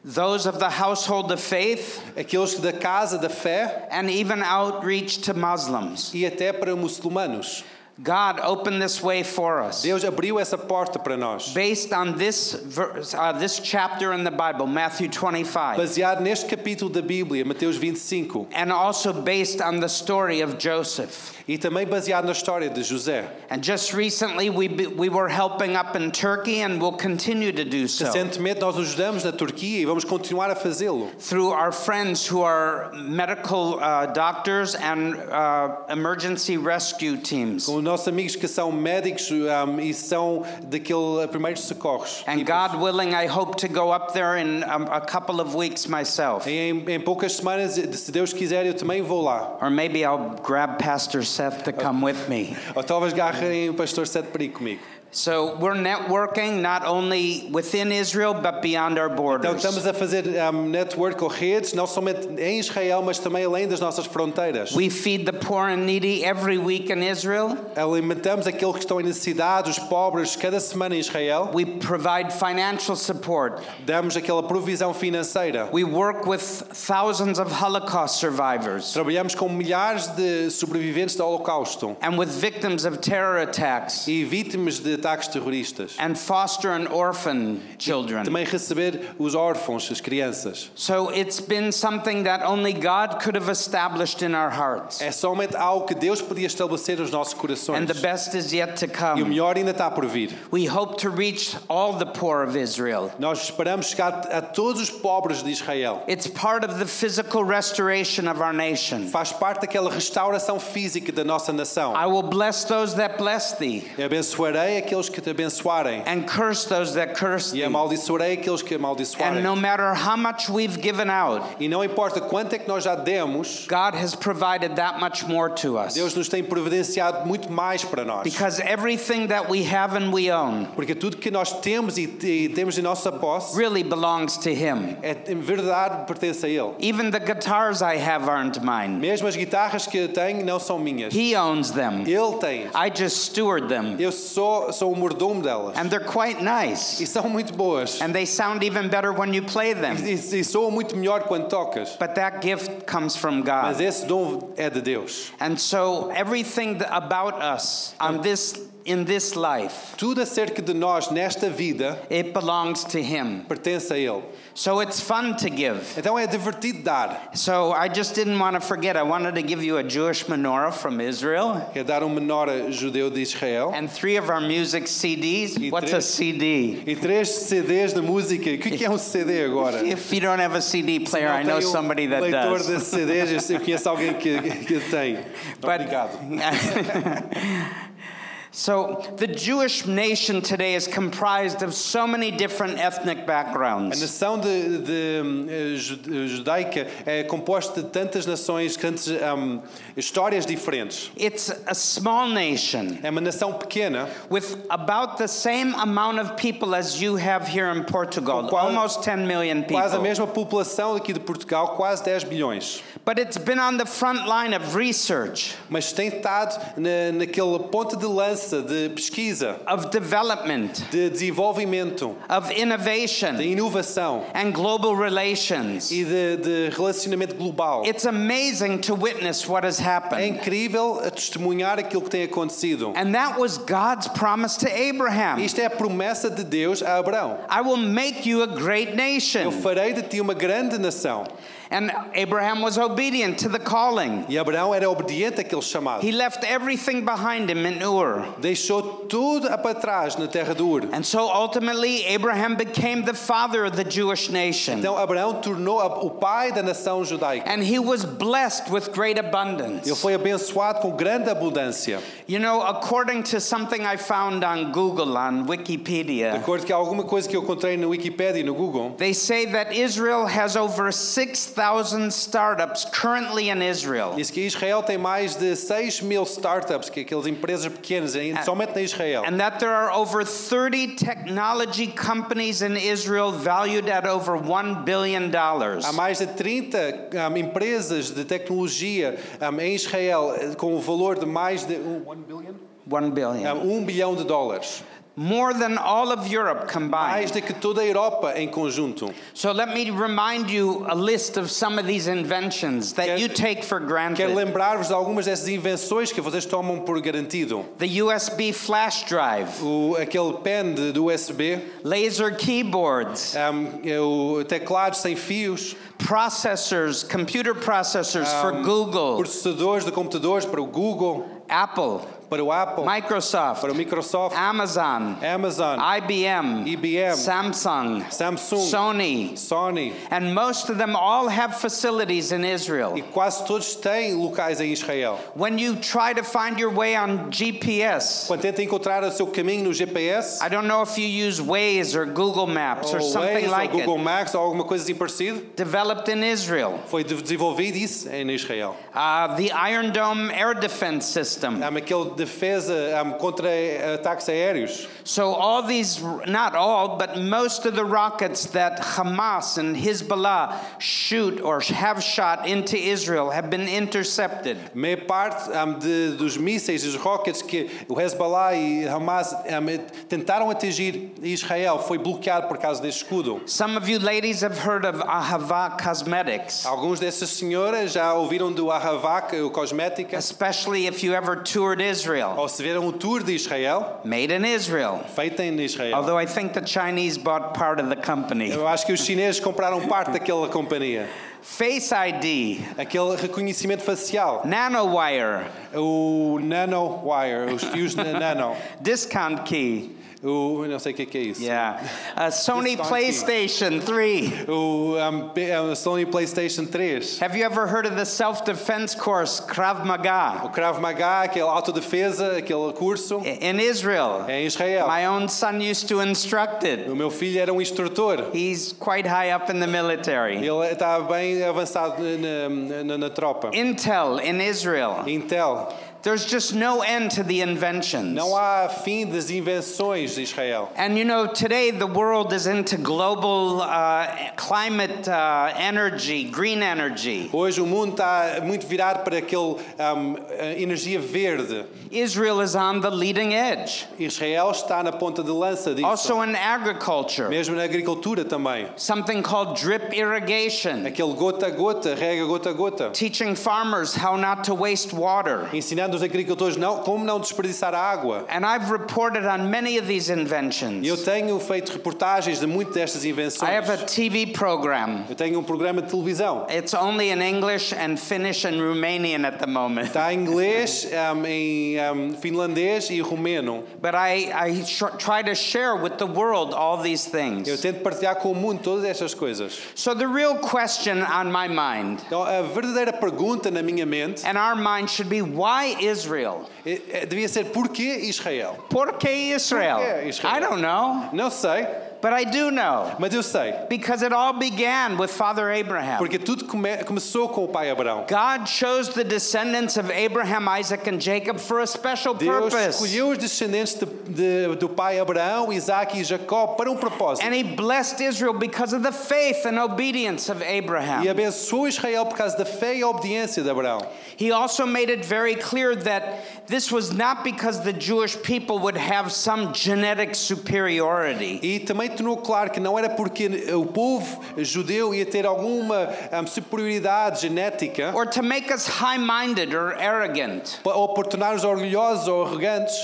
[SPEAKER 4] those of the household of faith,
[SPEAKER 2] aqueles da casa da fé
[SPEAKER 4] and even outreach to Muslims.
[SPEAKER 2] e até para muçulmanos.
[SPEAKER 4] God opened this way for us.
[SPEAKER 2] Deus abriu essa porta para nós.
[SPEAKER 4] Based on this verse, uh, this chapter in the Bible, Matthew 25,
[SPEAKER 2] Baseado neste capítulo da Bíblia, Mateus 25,
[SPEAKER 4] and also based on the story of Joseph.
[SPEAKER 2] e também baseado na história de José.
[SPEAKER 4] And just recently, we, be, we were helping up in Turkey and will continue to do so
[SPEAKER 2] Recentemente nós ajudamos na Turquia e vamos continuar a fazê-lo
[SPEAKER 4] through our friends who are medical uh, doctors and uh, emergency rescue teams.
[SPEAKER 2] com os nossos amigos que são médicos ahm, e são daquele primeiros socorros.
[SPEAKER 4] And God willing, I hope to go up there in um, a couple of weeks myself.
[SPEAKER 2] Em, em poucas semanas, se Deus quiser, eu também vou lá.
[SPEAKER 4] Or maybe I'll grab Pastor Seth to come with me.
[SPEAKER 2] Ou talvez agarrem o pastor Sete Perigo comigo.
[SPEAKER 4] So we're networking not only within Israel, but beyond our
[SPEAKER 2] Então
[SPEAKER 4] borders.
[SPEAKER 2] estamos a fazer ahm, network ou redes, não somente em Israel, mas também além das nossas fronteiras.
[SPEAKER 4] We feed the poor and needy every week in Israel.
[SPEAKER 2] Alimentamos aqueles que estão em necessidade, os pobres, cada semana em Israel.
[SPEAKER 4] We provide financial support.
[SPEAKER 2] Damos aquela provisão financeira.
[SPEAKER 4] We work with thousands of Holocaust survivors
[SPEAKER 2] Trabalhamos com milhares de sobreviventes do Holocausto
[SPEAKER 4] and with victims of terror attacks
[SPEAKER 2] e vítimas de ataques terroristas.
[SPEAKER 4] and foster and orphan children.
[SPEAKER 2] Também receber os órfãos, as crianças.
[SPEAKER 4] So it's been something that only God could have established in our hearts.
[SPEAKER 2] É somente algo que Deus podia estabelecer nos nossos corações.
[SPEAKER 4] And the best is yet to
[SPEAKER 2] E o
[SPEAKER 4] come.
[SPEAKER 2] melhor ainda está por vir.
[SPEAKER 4] We hope to reach all the poor of Israel.
[SPEAKER 2] Nós esperamos chegar a todos os pobres de Israel.
[SPEAKER 4] It's part of the physical restoration of our nation.
[SPEAKER 2] Faz parte daquela restauração física da nossa nação.
[SPEAKER 4] I will bless those that bless thee,
[SPEAKER 2] Eu abençoarei aqueles que te abençoarem.
[SPEAKER 4] and curse those that curse
[SPEAKER 2] E
[SPEAKER 4] thee.
[SPEAKER 2] amaldiçoarei aqueles que
[SPEAKER 4] And
[SPEAKER 2] amaldiçoarem.
[SPEAKER 4] no matter how much we've given out,
[SPEAKER 2] E não importa quanto é que nós já demos,
[SPEAKER 4] God has provided that much more to
[SPEAKER 2] Deus
[SPEAKER 4] us.
[SPEAKER 2] nos tem providenciado muito mais para nós.
[SPEAKER 4] Because everything that we have and we own
[SPEAKER 2] Porque tudo que nós temos e, e temos em nossa posse
[SPEAKER 4] really belongs to Him.
[SPEAKER 2] é em verdade pertence a Ele.
[SPEAKER 4] Even the guitars I have aren't mine,
[SPEAKER 2] Mesmo as guitarras que eu tenho não são minhas.
[SPEAKER 4] He owns them.
[SPEAKER 2] Ele tem.
[SPEAKER 4] I just steward them.
[SPEAKER 2] Eu sou, sou o mordomo delas.
[SPEAKER 4] And they're quite nice.
[SPEAKER 2] E são muito boas.
[SPEAKER 4] And they sound even better when you play them.
[SPEAKER 2] E, e soam muito melhor quando tocas.
[SPEAKER 4] But that gift comes from
[SPEAKER 2] Mas e-
[SPEAKER 4] God.
[SPEAKER 2] esse dom é de Deus.
[SPEAKER 4] And so everything th- about us on this in this life,
[SPEAKER 2] Tudo acerca de nós nesta vida
[SPEAKER 4] it belongs to him.
[SPEAKER 2] pertence a Ele.
[SPEAKER 4] So it's fun to give.
[SPEAKER 2] Então é divertido dar.
[SPEAKER 4] So I just didn't want to forget. I wanted to give you a Jewish menorah from Israel
[SPEAKER 2] É dar um menor judeu de Israel.
[SPEAKER 4] and three of our music CDs. What's a CD?
[SPEAKER 2] E três CDs de música. O que que é um CD agora?
[SPEAKER 4] If you don't have a CD player, I know
[SPEAKER 2] tenho um
[SPEAKER 4] somebody that
[SPEAKER 2] leitor
[SPEAKER 4] does.
[SPEAKER 2] de CDs, eu sei- eu conheço alguém que, que tem. Obrigado.
[SPEAKER 4] so the Jewish nation today is comprised of so many different ethnic
[SPEAKER 2] A
[SPEAKER 4] backgrounds.
[SPEAKER 2] nação de, de, hum, eh, ju- judaica é composta de tantas nações, tantas hum, histórias diferentes.
[SPEAKER 4] It's a small nation.
[SPEAKER 2] É uma nação pequena,
[SPEAKER 4] with about the same amount of people as you have here in Portugal,
[SPEAKER 2] quase-
[SPEAKER 4] almost 10 million
[SPEAKER 2] quase a
[SPEAKER 4] people.
[SPEAKER 2] mesma população aqui de Portugal, quase 10 bilhões.
[SPEAKER 4] But it's been on the front line of research
[SPEAKER 2] Mas tem estado na, naquela ponta de lança mudança, de pesquisa,
[SPEAKER 4] of development,
[SPEAKER 2] de desenvolvimento,
[SPEAKER 4] of
[SPEAKER 2] de
[SPEAKER 4] innovation,
[SPEAKER 2] inovação
[SPEAKER 4] and global relations.
[SPEAKER 2] e de, de relacionamento global.
[SPEAKER 4] It's amazing to witness what has
[SPEAKER 2] É
[SPEAKER 4] happened.
[SPEAKER 2] incrível a testemunhar aquilo que tem acontecido.
[SPEAKER 4] And that was God's promise to Abraham
[SPEAKER 2] Isto é a promessa de Deus a Abraão.
[SPEAKER 4] I will make you a great
[SPEAKER 2] Eu
[SPEAKER 4] nation.
[SPEAKER 2] farei de ti uma grande nação.
[SPEAKER 4] And Abraham was obedient to the calling.
[SPEAKER 2] E Abraão era obediente àquele chamado.
[SPEAKER 4] He left everything behind him in Ur.
[SPEAKER 2] Deixou tudo a para trás na terra do Ur.
[SPEAKER 4] And so ultimately, Abraham became the father of the Jewish nation.
[SPEAKER 2] Então Abraão tornou a- o pai da nação judaica.
[SPEAKER 4] And he was blessed with great
[SPEAKER 2] Ele
[SPEAKER 4] abundance.
[SPEAKER 2] foi abençoado com grande abundância.
[SPEAKER 4] You know, according to something I found on Google, on
[SPEAKER 2] De
[SPEAKER 4] Wikipedia,
[SPEAKER 2] acordo com alguma coisa que eu encontrei na Wikipedia e no Google,
[SPEAKER 4] they say that Israel has over 6,000 startups currently in Israel.
[SPEAKER 2] diz que Israel tem mais de 6 mil startups, que é aquelas empresas pequenas, em- somente na Israel.
[SPEAKER 4] And that there are over 30 technology companies in Israel valued at over $1 billion.
[SPEAKER 2] Há mais de 30 hum, empresas de tecnologia hum, em Israel eh, com o valor de mais de um, one billion?
[SPEAKER 4] $1 billion.
[SPEAKER 2] Hum, um bilhão de dólares.
[SPEAKER 4] More than all of Europe
[SPEAKER 2] Mais
[SPEAKER 4] combined.
[SPEAKER 2] do que toda a Europa em conjunto.
[SPEAKER 4] So let me remind you a list of some of these inventions that
[SPEAKER 2] Quer-
[SPEAKER 4] you take for
[SPEAKER 2] Quero
[SPEAKER 4] granted.
[SPEAKER 2] lembrar-vos de algumas dessas invenções que vocês tomam por garantido.
[SPEAKER 4] The USB flash drive,
[SPEAKER 2] O, aquele pen de, do USB,
[SPEAKER 4] laser keyboards,
[SPEAKER 2] hum, é o teclado sem fios,
[SPEAKER 4] processors, computer processors for Google,
[SPEAKER 2] processadores de computadores para o Google,
[SPEAKER 4] Apple,
[SPEAKER 2] para o Apple, para o
[SPEAKER 4] Microsoft,
[SPEAKER 2] Microsoft,
[SPEAKER 4] Amazon,
[SPEAKER 2] Amazon,
[SPEAKER 4] IBM,
[SPEAKER 2] IBM,
[SPEAKER 4] Samsung,
[SPEAKER 2] Samsung,
[SPEAKER 4] ah, Sony,
[SPEAKER 2] Sony.
[SPEAKER 4] and most of them all have facilities in Israel.
[SPEAKER 2] E quase todos têm locais em Israel.
[SPEAKER 4] When you try to find your way on GPS,
[SPEAKER 2] Quando tenta encontrar o seu caminho no GPS,
[SPEAKER 4] I don't know if you use Waze or Google Maps
[SPEAKER 2] ou
[SPEAKER 4] or something
[SPEAKER 2] Oh, Waze,
[SPEAKER 4] like
[SPEAKER 2] ou Google
[SPEAKER 4] it.
[SPEAKER 2] Maps, ou alguma coisa assim parecida,
[SPEAKER 4] Developed in Israel,
[SPEAKER 2] foi de- desenvolvido isso em Israel.
[SPEAKER 4] uh, the Iron Dome air defense system.
[SPEAKER 2] Há aquele defesa há contra ataques aéreos.
[SPEAKER 4] So all these, not all, but most of the rockets that Hamas and Hezbollah shoot or have shot into Israel have been intercepted.
[SPEAKER 2] A maior parte hum, de- dos mísseis e dos rockets que o Hezbollah e Hamas hum, tentaram atingir Israel foi bloqueado por causa desse escudo.
[SPEAKER 4] Some of you ladies have heard of Ahava Cosmetics.
[SPEAKER 2] Alguns dessas senhoras já ouviram do Aravac, o Cosmética,
[SPEAKER 4] especially if you ever toured Israel.
[SPEAKER 2] ou se viram o tour de Israel,
[SPEAKER 4] Made in Israel.
[SPEAKER 2] feito em Israel.
[SPEAKER 4] Although I think the Chinese bought part of the company.
[SPEAKER 2] Eu acho que os chineses compraram parte daquela companhia.
[SPEAKER 4] Face ID,
[SPEAKER 2] Aquele reconhecimento facial,
[SPEAKER 4] nanowire,
[SPEAKER 2] o nanowire, os fios na- nano,
[SPEAKER 4] discount key.
[SPEAKER 2] o eu não sei o que é, que é isso.
[SPEAKER 4] Yeah. Uh, Sony
[SPEAKER 2] Discount key.
[SPEAKER 4] PlayStation 3.
[SPEAKER 2] O um, P- um, Sony PlayStation 3,
[SPEAKER 4] Have you ever heard of the self defense course, Krav Maga?
[SPEAKER 2] o Krav Maga, aquele autodefesa, aquele curso,
[SPEAKER 4] I- In Israel.
[SPEAKER 2] é em Israel.
[SPEAKER 4] My own son used to instruct it.
[SPEAKER 2] O meu filho era um instrutor.
[SPEAKER 4] He's quite high up in the military.
[SPEAKER 2] Ele está bem avançado na, na- na- na tropa.
[SPEAKER 4] Intel in Israel.
[SPEAKER 2] Intel,
[SPEAKER 4] There's just no end to the inventions.
[SPEAKER 2] Não há fim das invenções de Israel.
[SPEAKER 4] And you know, today the world is into global uh, climate uh, energy, green energy.
[SPEAKER 2] Hoje o mundo está muito virado para aquele ahm, a energia verde.
[SPEAKER 4] Israel is on the leading edge,
[SPEAKER 2] Israel está na ponta de lança disso.
[SPEAKER 4] also in agriculture,
[SPEAKER 2] Mesmo na agricultura também.
[SPEAKER 4] something called drip irrigation,
[SPEAKER 2] Aquele gota a gota, rega gota a gota.
[SPEAKER 4] teaching farmers how not to waste water.
[SPEAKER 2] Ensinando os agricultores não, como não desperdiçar a água.
[SPEAKER 4] And I've reported on many of these
[SPEAKER 2] E Eu
[SPEAKER 4] inventions.
[SPEAKER 2] tenho feito reportagens de muitas destas
[SPEAKER 4] I have a
[SPEAKER 2] invenções.
[SPEAKER 4] TV program.
[SPEAKER 2] Eu tenho um programa de televisão.
[SPEAKER 4] It's only in English and Finnish and Romanian at the moment.
[SPEAKER 2] Está em inglês, ahm, em ahm, finlandês e romeno.
[SPEAKER 4] But I, I sh- try to share with the world all these things.
[SPEAKER 2] Eu tento partilhar com o mundo todas estas coisas.
[SPEAKER 4] So, the real question on my mind,
[SPEAKER 2] Então, a verdadeira pergunta na minha mente
[SPEAKER 4] and our mind, should be why Israel?
[SPEAKER 2] é- é- devia ser porquê Israel?
[SPEAKER 4] Por que Israel?
[SPEAKER 2] Por que Israel?
[SPEAKER 4] I don't know.
[SPEAKER 2] Não sei,
[SPEAKER 4] But I do know
[SPEAKER 2] Mas eu sei,
[SPEAKER 4] because it all began with Father Abraham.
[SPEAKER 2] porque tudo come- começou com o pai Abraão.
[SPEAKER 4] God chose the descendants of Abraham, Isaac, and Jacob for a special
[SPEAKER 2] Deus
[SPEAKER 4] purpose.
[SPEAKER 2] escolheu os descendentes de, de- do pai Abraão, Isaac e Jacó para um propósito.
[SPEAKER 4] And he blessed Israel because of the faith and obedience of
[SPEAKER 2] E
[SPEAKER 4] Abraham.
[SPEAKER 2] abençoou Israel por causa da fé e a obediência de Abraão.
[SPEAKER 4] He also made it very clear that this was not because the Jewish people would have some genetic superiority.
[SPEAKER 2] E também tornou claro que não era porque o povo judeu ia ter alguma hum, superioridade genética
[SPEAKER 4] Or to make us high minded or arrogant.
[SPEAKER 2] pa- ou por tornar-nos orgulhosos ou arrogantes.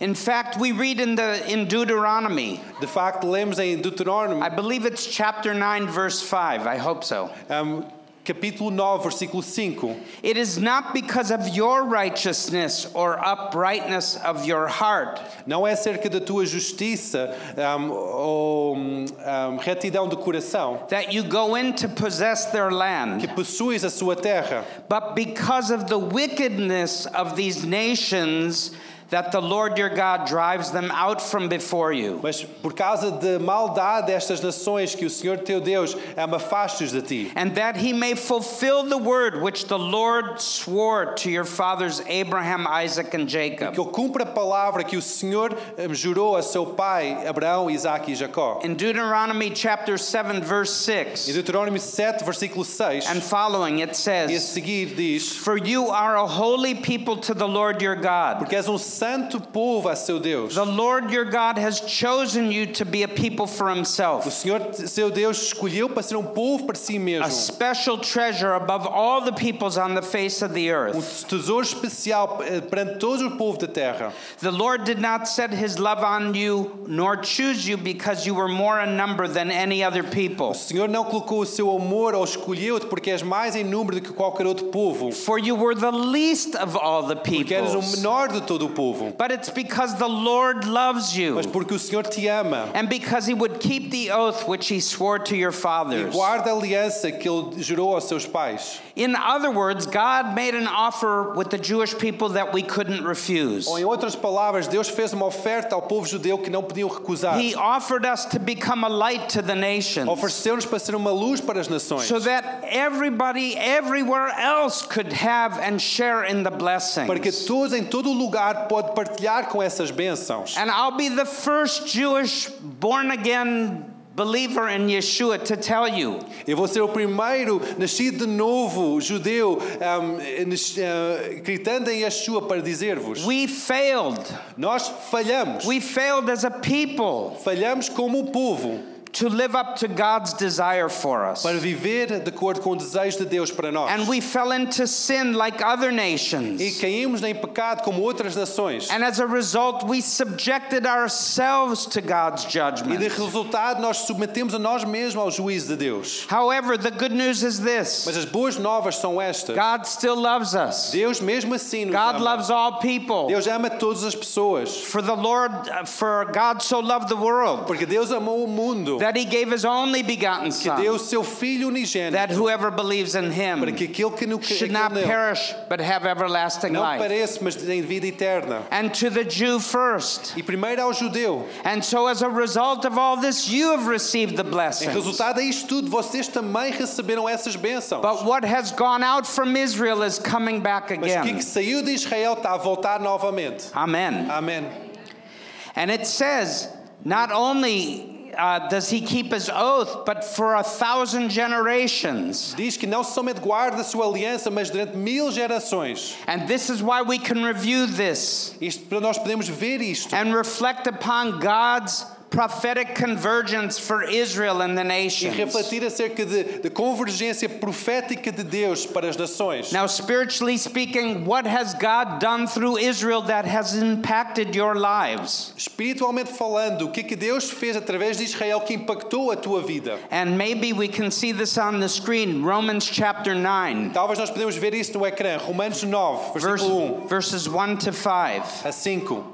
[SPEAKER 4] In fact, we read in, the, in Deuteronomy,
[SPEAKER 2] De facto, lemos em Deuteronômio,
[SPEAKER 4] I believe it's chapter 9, verse 5, I hope so.
[SPEAKER 2] hum, capítulo 9, versículo 5.
[SPEAKER 4] It is not because of your righteousness or uprightness of your heart
[SPEAKER 2] Não é acerca da tua justiça hum, ou hum, hum, retidão do coração
[SPEAKER 4] that you go in to possess their
[SPEAKER 2] que
[SPEAKER 4] land,
[SPEAKER 2] possuis a sua terra,
[SPEAKER 4] but because of the wickedness of these nations that the Lord your God drives them out from before you.
[SPEAKER 2] mas por causa da maldade destas nações que o Senhor teu Deus hum, afaste-os de ti.
[SPEAKER 4] And that he may fulfill the word which the Lord swore to your fathers Abraham, Isaac, and Jacob.
[SPEAKER 2] que ele cumpra a palavra que o Senhor eh, jurou a seu pai Abraão, Isaac e Jacó.
[SPEAKER 4] In Deuteronomy chapter 7, verse
[SPEAKER 2] Em
[SPEAKER 4] 6
[SPEAKER 2] Deuteronômio 7, versículo 6,
[SPEAKER 4] and following, it
[SPEAKER 2] e a
[SPEAKER 4] says,
[SPEAKER 2] seguir diz:
[SPEAKER 4] For you are a holy people to the Lord your God.
[SPEAKER 2] Porque és um santo povo a seu Deus.
[SPEAKER 4] The Lord your God has chosen you to be a people for
[SPEAKER 2] O
[SPEAKER 4] himself,
[SPEAKER 2] Senhor, te- seu Deus, escolheu para ser um povo para si
[SPEAKER 4] a
[SPEAKER 2] mesmo,
[SPEAKER 4] special treasure above all the peoples on the face of the
[SPEAKER 2] um
[SPEAKER 4] earth.
[SPEAKER 2] tesouro especial eh, perante todo o povo da terra.
[SPEAKER 4] The Lord did not set his love on you nor choose you because you were more in number than any other people.
[SPEAKER 2] O Senhor não colocou o seu amor ou escolheu-te porque és mais em número do que qualquer outro povo,
[SPEAKER 4] For you were the least of all the
[SPEAKER 2] porque eres o
[SPEAKER 4] peoples.
[SPEAKER 2] menor de todo o povo,
[SPEAKER 4] But it's because the Lord loves you.
[SPEAKER 2] mas porque o Senhor te ama.
[SPEAKER 4] and because he would keep the oath which he swore to your
[SPEAKER 2] E
[SPEAKER 4] fathers.
[SPEAKER 2] guarda a aliança que ele jurou aos seus pais.
[SPEAKER 4] In other words, God made an offer with the Jewish people that we couldn't refuse.
[SPEAKER 2] Ou em outras palavras, Deus fez uma oferta ao povo judeu que não podiam recusar.
[SPEAKER 4] He offered us to become a light to the
[SPEAKER 2] Oh,
[SPEAKER 4] nations
[SPEAKER 2] Ofereceu-nos para ser uma luz para as nações,
[SPEAKER 4] so that everybody everywhere else could have and share in the
[SPEAKER 2] para que
[SPEAKER 4] blessings.
[SPEAKER 2] todos em todo lugar pode partilhar com essas bênçãos.
[SPEAKER 4] And I'll be the first Jewish born again believer in Yeshua to tell you
[SPEAKER 2] Eu vou ser o primeiro nascido de novo judeu, ahm, nas- ah, gritando em Yeshua para dizer-vos:
[SPEAKER 4] we failed.
[SPEAKER 2] Nós falhamos,
[SPEAKER 4] We failed as a people
[SPEAKER 2] falhamos como o povo
[SPEAKER 4] to live up to God's desire for us.
[SPEAKER 2] para viver de acordo com o desejo de Deus para nós.
[SPEAKER 4] And we fell into sin like other
[SPEAKER 2] E
[SPEAKER 4] nations.
[SPEAKER 2] caímos em pecado como outras nações.
[SPEAKER 4] And as a result, we subjected ourselves to God's
[SPEAKER 2] E de
[SPEAKER 4] judgment.
[SPEAKER 2] resultado, nós submetemos a nós mesmos ao juízo de Deus.
[SPEAKER 4] However, the good news is
[SPEAKER 2] Mas
[SPEAKER 4] this
[SPEAKER 2] as boas novas são estas.
[SPEAKER 4] God still loves us.
[SPEAKER 2] Deus mesmo assim nos
[SPEAKER 4] God
[SPEAKER 2] ama.
[SPEAKER 4] loves all people.
[SPEAKER 2] Deus ama todas as pessoas.
[SPEAKER 4] For the Lord, uh, for God so loved the world
[SPEAKER 2] Porque Deus amou o mundo.
[SPEAKER 4] that he gave his only begotten
[SPEAKER 2] Que
[SPEAKER 4] Son,
[SPEAKER 2] deu o seu Filho unigênito.
[SPEAKER 4] that whoever believes in
[SPEAKER 2] Para
[SPEAKER 4] him
[SPEAKER 2] que aquele que não que
[SPEAKER 4] should
[SPEAKER 2] aquele
[SPEAKER 4] not
[SPEAKER 2] nele
[SPEAKER 4] perish but have everlasting
[SPEAKER 2] não
[SPEAKER 4] life.
[SPEAKER 2] pareça, mas tem vida eterna.
[SPEAKER 4] And to the Jew first.
[SPEAKER 2] E primeiro ao judeu.
[SPEAKER 4] And so, as a result of all this, you have received the
[SPEAKER 2] Em
[SPEAKER 4] blessings.
[SPEAKER 2] resultado a isto tudo, vocês também receberam essas bênçãos.
[SPEAKER 4] But what has gone out from Israel is coming back
[SPEAKER 2] Mas o que, é
[SPEAKER 4] again.
[SPEAKER 2] que saiu de Israel está a voltar novamente.
[SPEAKER 4] Amen.
[SPEAKER 2] Amém.
[SPEAKER 4] And it says, not only uh, does he keep his oath, but for a thousand generations.
[SPEAKER 2] Diz que não somente guarda a sua aliança, mas durante mil gerações.
[SPEAKER 4] And this is why we can review this
[SPEAKER 2] Isto, para nós podemos ver isto
[SPEAKER 4] and reflect upon God's prophetic convergence for Israel and the
[SPEAKER 2] e
[SPEAKER 4] nations.
[SPEAKER 2] refletir acerca de- da convergência profética de Deus para as nações.
[SPEAKER 4] Now, spiritually speaking, what has God done through Israel that has impacted your lives?
[SPEAKER 2] Espiritualmente falando, o que é que Deus fez através de Israel que impactou a tua vida?
[SPEAKER 4] And maybe we can see this on the screen Romans chapter 9.
[SPEAKER 2] Talvez nós podemos ver isso no ecrã. Romanos 9,
[SPEAKER 4] Verse,
[SPEAKER 2] versículo 1
[SPEAKER 4] verses 1 to 5.
[SPEAKER 2] a 5.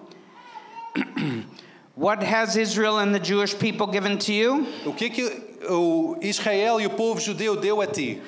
[SPEAKER 4] What has Israel and the Jewish people given to you?
[SPEAKER 2] O que é que o Israel e o povo judeu deu a ti?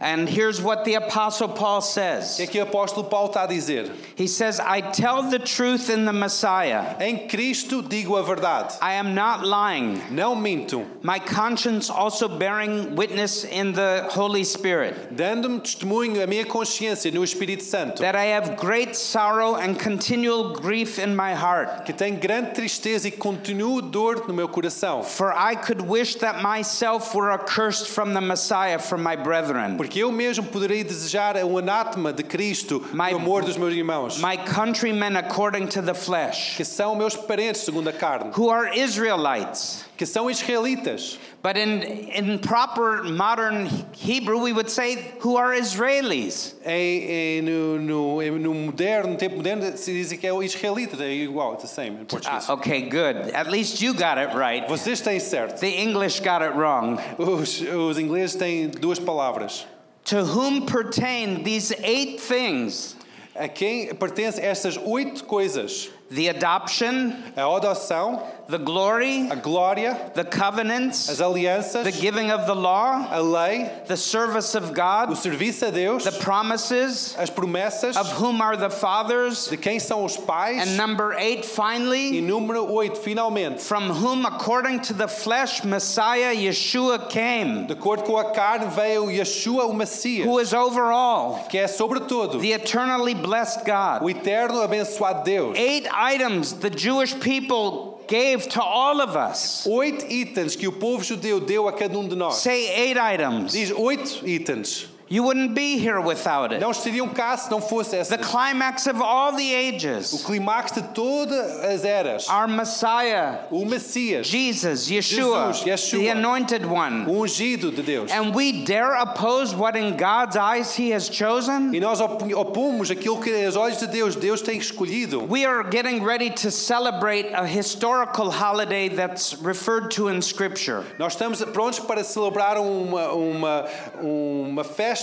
[SPEAKER 4] And here's what the Apostle Paul
[SPEAKER 2] O que é
[SPEAKER 4] says
[SPEAKER 2] que o apóstolo Paulo está a dizer?
[SPEAKER 4] He says, I tell the truth in the Messiah.
[SPEAKER 2] Em Cristo digo a verdade,
[SPEAKER 4] I am not lying.
[SPEAKER 2] não minto,
[SPEAKER 4] My conscience also bearing witness in the Holy Spirit
[SPEAKER 2] dando-me testemunho a minha consciência no Espírito Santo,
[SPEAKER 4] that I have great sorrow and continual grief in my heart.
[SPEAKER 2] que tenho grande tristeza e continuo dor no meu coração,
[SPEAKER 4] For I could wish that myself were accursed from the Messiah for my brethren.
[SPEAKER 2] porque eu mesmo poderei desejar um anátema de Cristo
[SPEAKER 4] My-
[SPEAKER 2] no amor dos meus irmãos,
[SPEAKER 4] my countrymen according to the flesh,
[SPEAKER 2] que são meus parentes segundo a carne,
[SPEAKER 4] who are Israelites.
[SPEAKER 2] que são israelitas.
[SPEAKER 4] But in, in proper modern Hebrew, we would say, who are Israelis.
[SPEAKER 2] Em, em- É, no, no, em- no moderno, no tempo moderno, se diz que é o israelita, é igual, it's the same in Portuguese.
[SPEAKER 4] Ah, okay, good. At least you got it right.
[SPEAKER 2] Vocês têm certo.
[SPEAKER 4] The English got it wrong.
[SPEAKER 2] Os, os ingleses têm duas palavras.
[SPEAKER 4] To whom pertain these eight things
[SPEAKER 2] A quem pertencem estas oito coisas?
[SPEAKER 4] the adoption,
[SPEAKER 2] A adoção,
[SPEAKER 4] the glory,
[SPEAKER 2] a glória,
[SPEAKER 4] the covenants,
[SPEAKER 2] as alianças,
[SPEAKER 4] the giving of the law,
[SPEAKER 2] a lei,
[SPEAKER 4] the service of
[SPEAKER 2] o
[SPEAKER 4] God,
[SPEAKER 2] serviço a Deus,
[SPEAKER 4] the promises,
[SPEAKER 2] as promessas,
[SPEAKER 4] of whom are the fathers,
[SPEAKER 2] de quem são os
[SPEAKER 4] and
[SPEAKER 2] pais.
[SPEAKER 4] number eight,
[SPEAKER 2] E
[SPEAKER 4] finally,
[SPEAKER 2] número oito, finalmente,
[SPEAKER 4] from whom, according to the flesh, Messiah Yeshua came,
[SPEAKER 2] de acordo com a carne, veio Yeshua, o Messias,
[SPEAKER 4] who is over all,
[SPEAKER 2] que é sobretudo
[SPEAKER 4] the eternally blessed
[SPEAKER 2] o
[SPEAKER 4] God.
[SPEAKER 2] eterno abençoado Deus.
[SPEAKER 4] Eight items the Jewish people gave to all of us.
[SPEAKER 2] Oito itens que o povo judeu deu a cada um de nós.
[SPEAKER 4] Say eight items.
[SPEAKER 2] Diz oito itens.
[SPEAKER 4] You wouldn't be here without it.
[SPEAKER 2] Não estariam cá se não fosse essa.
[SPEAKER 4] The climax of all the
[SPEAKER 2] O
[SPEAKER 4] ages,
[SPEAKER 2] climax de todas as eras.
[SPEAKER 4] our Messiah,
[SPEAKER 2] O Messias,
[SPEAKER 4] Jesus, Yeshua,
[SPEAKER 2] Jesus, Yeshua.
[SPEAKER 4] the anointed
[SPEAKER 2] o
[SPEAKER 4] one.
[SPEAKER 2] ungido de Deus.
[SPEAKER 4] And we dare oppose what in God's eyes he has chosen?
[SPEAKER 2] E nós op- opomos aquilo que os olhos de Deus, Deus tem escolhido.
[SPEAKER 4] We are getting ready to celebrate a historical holiday that's referred to in Scripture.
[SPEAKER 2] Nós estamos prontos para celebrar uma, uma, uma festa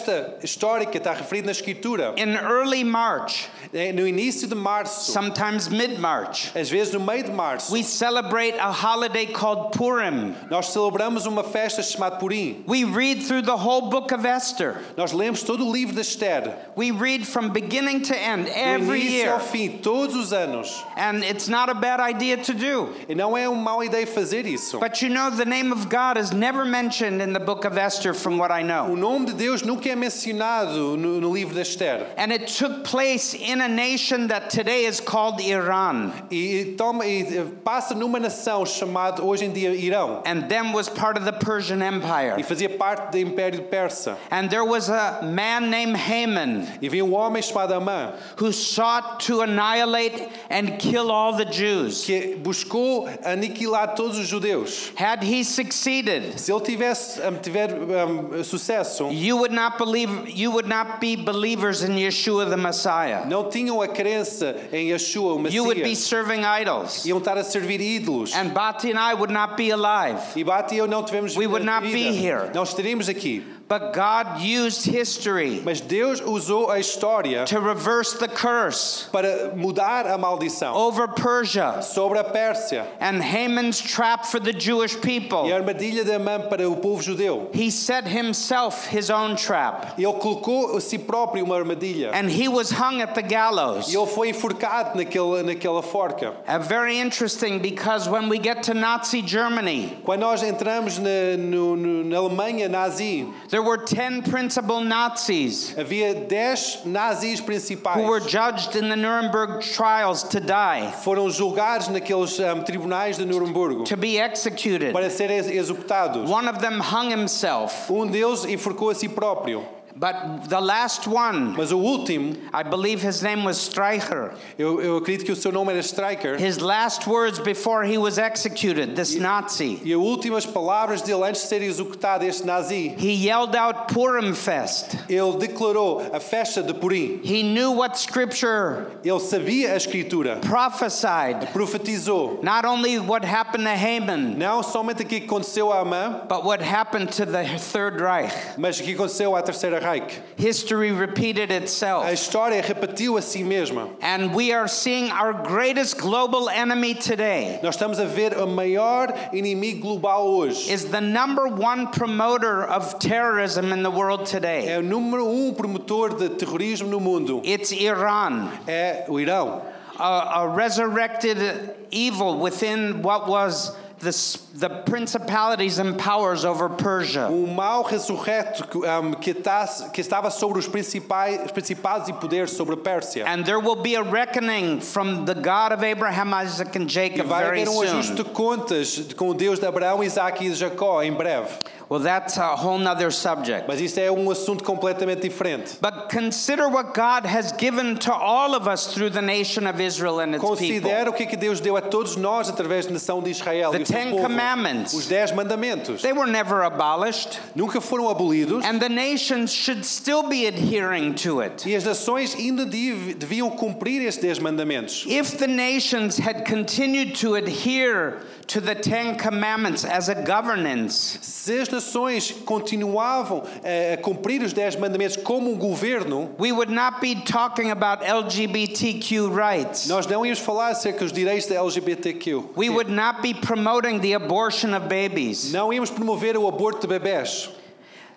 [SPEAKER 2] histórica, está referida na Escritura.
[SPEAKER 4] In early March,
[SPEAKER 2] É No início de março,
[SPEAKER 4] sometimes mid March,
[SPEAKER 2] às vezes no meio de março,
[SPEAKER 4] we celebrate a holiday called Purim.
[SPEAKER 2] nós celebramos uma festa chamada Purim.
[SPEAKER 4] We read through the whole book of Esther.
[SPEAKER 2] Nós lemos todo o livro de Esther.
[SPEAKER 4] We read from beginning to end
[SPEAKER 2] do
[SPEAKER 4] every
[SPEAKER 2] início
[SPEAKER 4] year.
[SPEAKER 2] ao fim, todos os anos.
[SPEAKER 4] And it's not a bad idea to do.
[SPEAKER 2] E não é uma má ideia fazer isso.
[SPEAKER 4] But you know, the name of God is never mentioned in the book of Esther, from what I
[SPEAKER 2] O
[SPEAKER 4] know.
[SPEAKER 2] nome de Deus nunca é mencionado no, no livro de Esther.
[SPEAKER 4] And it took place in a nation that today is called Iran
[SPEAKER 2] E, e toma, e e passa numa nação chamada hoje em dia Irão.
[SPEAKER 4] and then was part of the Persian
[SPEAKER 2] E
[SPEAKER 4] Empire.
[SPEAKER 2] fazia parte do Império Persa.
[SPEAKER 4] And there was a man named Haman
[SPEAKER 2] E havia um homem chamado Amã
[SPEAKER 4] who sought to annihilate and kill all the Jews.
[SPEAKER 2] que buscou aniquilar todos os judeus.
[SPEAKER 4] Had he succeeded,
[SPEAKER 2] Se ele tivesse hum, tiver hum, sucesso,
[SPEAKER 4] you would not believe you would not be believers in Yeshua the Messiah.
[SPEAKER 2] não tinham a crença em Yeshua, o
[SPEAKER 4] You would be
[SPEAKER 2] Messias.
[SPEAKER 4] serving idols.
[SPEAKER 2] Iam estar a servir ídolos.
[SPEAKER 4] And Bati and I would not be alive.
[SPEAKER 2] E Bate e eu não tivemos
[SPEAKER 4] We would not be
[SPEAKER 2] vida.
[SPEAKER 4] here.
[SPEAKER 2] Não estaríamos aqui.
[SPEAKER 4] But God used history
[SPEAKER 2] Mas Deus usou a história
[SPEAKER 4] to reverse the curse
[SPEAKER 2] para mudar a maldição
[SPEAKER 4] over Persia
[SPEAKER 2] sobre a Pérsia
[SPEAKER 4] and Haman's trap for the Jewish
[SPEAKER 2] e a
[SPEAKER 4] people.
[SPEAKER 2] armadilha de Amã para o povo judeu.
[SPEAKER 4] He set himself his own trap
[SPEAKER 2] Ele colocou a si próprio uma armadilha
[SPEAKER 4] and he was hung at the gallows.
[SPEAKER 2] e ele foi enforcado naquela, naquela forca.
[SPEAKER 4] And very interesting because when we get to Nazi Germany,
[SPEAKER 2] Quando nós entramos na, no- no- na Alemanha nazi,
[SPEAKER 4] there were 10 principal Nazis
[SPEAKER 2] havia 10 nazis principais
[SPEAKER 4] who were judged in the Nuremberg trials to die,
[SPEAKER 2] foram julgados naqueles hum, tribunais de Nurembergo
[SPEAKER 4] to be executed.
[SPEAKER 2] para serem ex- executados.
[SPEAKER 4] One of them hung himself.
[SPEAKER 2] Um deles enforcou a si próprio,
[SPEAKER 4] But the last one,
[SPEAKER 2] mas o último,
[SPEAKER 4] I believe his name was Streicher.
[SPEAKER 2] eu, eu acredito que o seu nome era Stryker,
[SPEAKER 4] His last words before he was executed, this Nazi,
[SPEAKER 2] E as últimas palavras dele antes de ser executado este nazi,
[SPEAKER 4] he yelled out Purim Fest.
[SPEAKER 2] ele declarou a festa de Purim.
[SPEAKER 4] He knew what scripture
[SPEAKER 2] Ele sabia a escritura,
[SPEAKER 4] prophesied,
[SPEAKER 2] profetizou
[SPEAKER 4] not only what happened to Haman,
[SPEAKER 2] não somente o que aconteceu a Amã,
[SPEAKER 4] but what happened to the Third Reich.
[SPEAKER 2] mas o que aconteceu à Terceira Reich.
[SPEAKER 4] History repeated itself.
[SPEAKER 2] A história repetiu a si mesma.
[SPEAKER 4] And we are seeing our greatest global enemy today
[SPEAKER 2] Nós estamos a ver o maior inimigo global hoje.
[SPEAKER 4] is the number one promoter of terrorism in the world
[SPEAKER 2] É
[SPEAKER 4] today.
[SPEAKER 2] o número um promotor de terrorismo no mundo.
[SPEAKER 4] It's Iran,
[SPEAKER 2] É o Irão.
[SPEAKER 4] a, a resurrected evil within what was the, s- the principalities and powers over Persia.
[SPEAKER 2] O mal ressurreto que, um, que tá- que estava sobre os principais, principados e poderes sobre a Pérsia.
[SPEAKER 4] And there will be a reckoning from the God of Abraham, Isaac, and
[SPEAKER 2] E
[SPEAKER 4] Jacob
[SPEAKER 2] vai
[SPEAKER 4] very
[SPEAKER 2] haver um ajuste de
[SPEAKER 4] soon.
[SPEAKER 2] contas com o Deus de Abraão, Isaac e Jacó em breve.
[SPEAKER 4] Well, that's a whole nother subject.
[SPEAKER 2] Mas isto é um assunto completamente diferente.
[SPEAKER 4] But consider what God has given to all of us through the nation of Israel and its people.
[SPEAKER 2] Considera o que é que Deus deu a todos nós através da nação de Israel.
[SPEAKER 4] The
[SPEAKER 2] e o seu
[SPEAKER 4] Ten
[SPEAKER 2] povo.
[SPEAKER 4] Commandments.
[SPEAKER 2] Os Dez Mandamentos.
[SPEAKER 4] They were never abolished,
[SPEAKER 2] Nunca foram abolidos.
[SPEAKER 4] and the nations should still be adhering to it.
[SPEAKER 2] E as nações ainda dev- deviam cumprir estes Dez Mandamentos.
[SPEAKER 4] If the nations had continued to adhere to the Ten Commandments as a governance,
[SPEAKER 2] Se as nações continuavam eh, a cumprir os Dez Mandamentos como um governo,
[SPEAKER 4] we would not be talking about LGBTQ rights.
[SPEAKER 2] nós não íamos falar acerca dos direitos da LGBTQ.
[SPEAKER 4] We would not be promoting the abortion of babies.
[SPEAKER 2] Não íamos promover o aborto de bebés.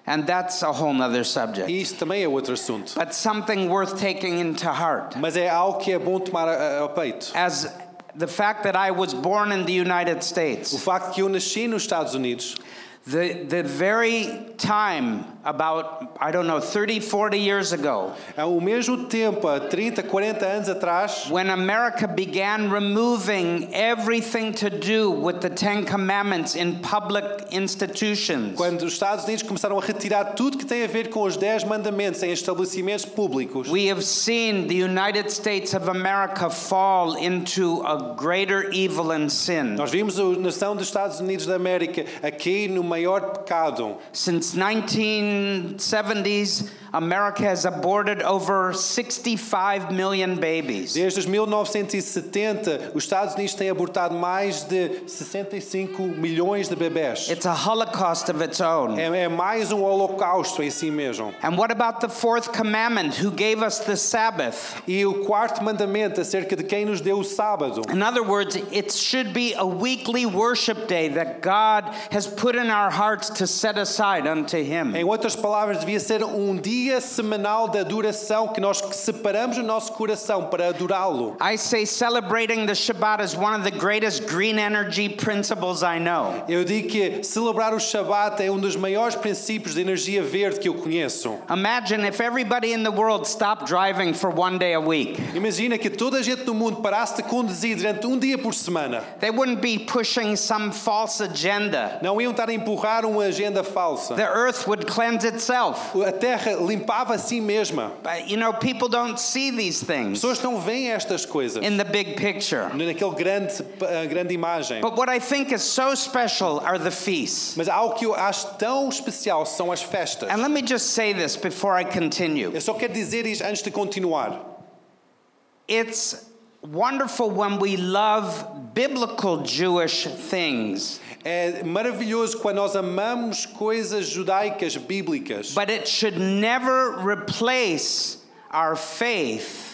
[SPEAKER 4] And that's a whole nother subject,
[SPEAKER 2] E isso também é outro assunto.
[SPEAKER 4] but something worth taking into heart.
[SPEAKER 2] Mas é algo que é bom tomar a- a- ao peito.
[SPEAKER 4] as the fact that I was born in the United
[SPEAKER 2] O
[SPEAKER 4] States,
[SPEAKER 2] facto que eu nasci nos Estados Unidos,
[SPEAKER 4] the, the very time about, I don't know, 30, 40 years ago,
[SPEAKER 2] ao mesmo tempo, há 30, 40 anos atrás,
[SPEAKER 4] when America began removing everything to do with the Ten Commandments in public institutions,
[SPEAKER 2] quando os Estados Unidos começaram a retirar tudo que tem a ver com os 10 mandamentos em estabelecimentos públicos,
[SPEAKER 4] we have seen the United States of America fall into a greater evil and sin.
[SPEAKER 2] nós vimos a nação dos Estados Unidos da América aqui no maior pecado.
[SPEAKER 4] Since 1970s, America has aborted over 65 million babies.
[SPEAKER 2] Desde os 1970, os Estados Unidos têm abortado mais de 65 milhões de bebés.
[SPEAKER 4] It's a holocaust of its own.
[SPEAKER 2] É, é mais um holocausto em si mesmo.
[SPEAKER 4] And what about the fourth commandment who gave us the Sabbath?
[SPEAKER 2] E o quarto mandamento acerca de quem nos deu o sábado.
[SPEAKER 4] In other words, it should be a weekly worship day that God has put in our hearts to set aside unto
[SPEAKER 2] Em
[SPEAKER 4] Him.
[SPEAKER 2] outras palavras, devia ser um dia semanal da adoração que nós separamos o nosso coração para adorá-lo.
[SPEAKER 4] I say celebrating the Shabbat is one of the greatest green energy principles I know.
[SPEAKER 2] Eu digo que celebrar o Shabat é um dos maiores princípios de energia verde que eu conheço.
[SPEAKER 4] Imagine if everybody in the world stopped driving for one day a week.
[SPEAKER 2] Imagina que toda a gente no mundo parasse de conduzir durante um dia por semana.
[SPEAKER 4] They wouldn't be pushing some false agenda.
[SPEAKER 2] Não iam estar a empurrar uma agenda falsa.
[SPEAKER 4] The earth would cleanse itself.
[SPEAKER 2] A terra limpava a si mesma.
[SPEAKER 4] But you know, people don't see these
[SPEAKER 2] As
[SPEAKER 4] things
[SPEAKER 2] pessoas não veem estas coisas
[SPEAKER 4] in the big picture.
[SPEAKER 2] naquela grande, eh, grande imagem.
[SPEAKER 4] But what I think is so special are the feasts.
[SPEAKER 2] Mas algo que eu acho tão especial são as festas.
[SPEAKER 4] And let me just say this before I continue
[SPEAKER 2] Eu só quero dizer isto antes de continuar.
[SPEAKER 4] it's wonderful when we love biblical Jewish things,
[SPEAKER 2] É maravilhoso quando nós amamos coisas judaicas bíblicas,
[SPEAKER 4] but it should never replace our faith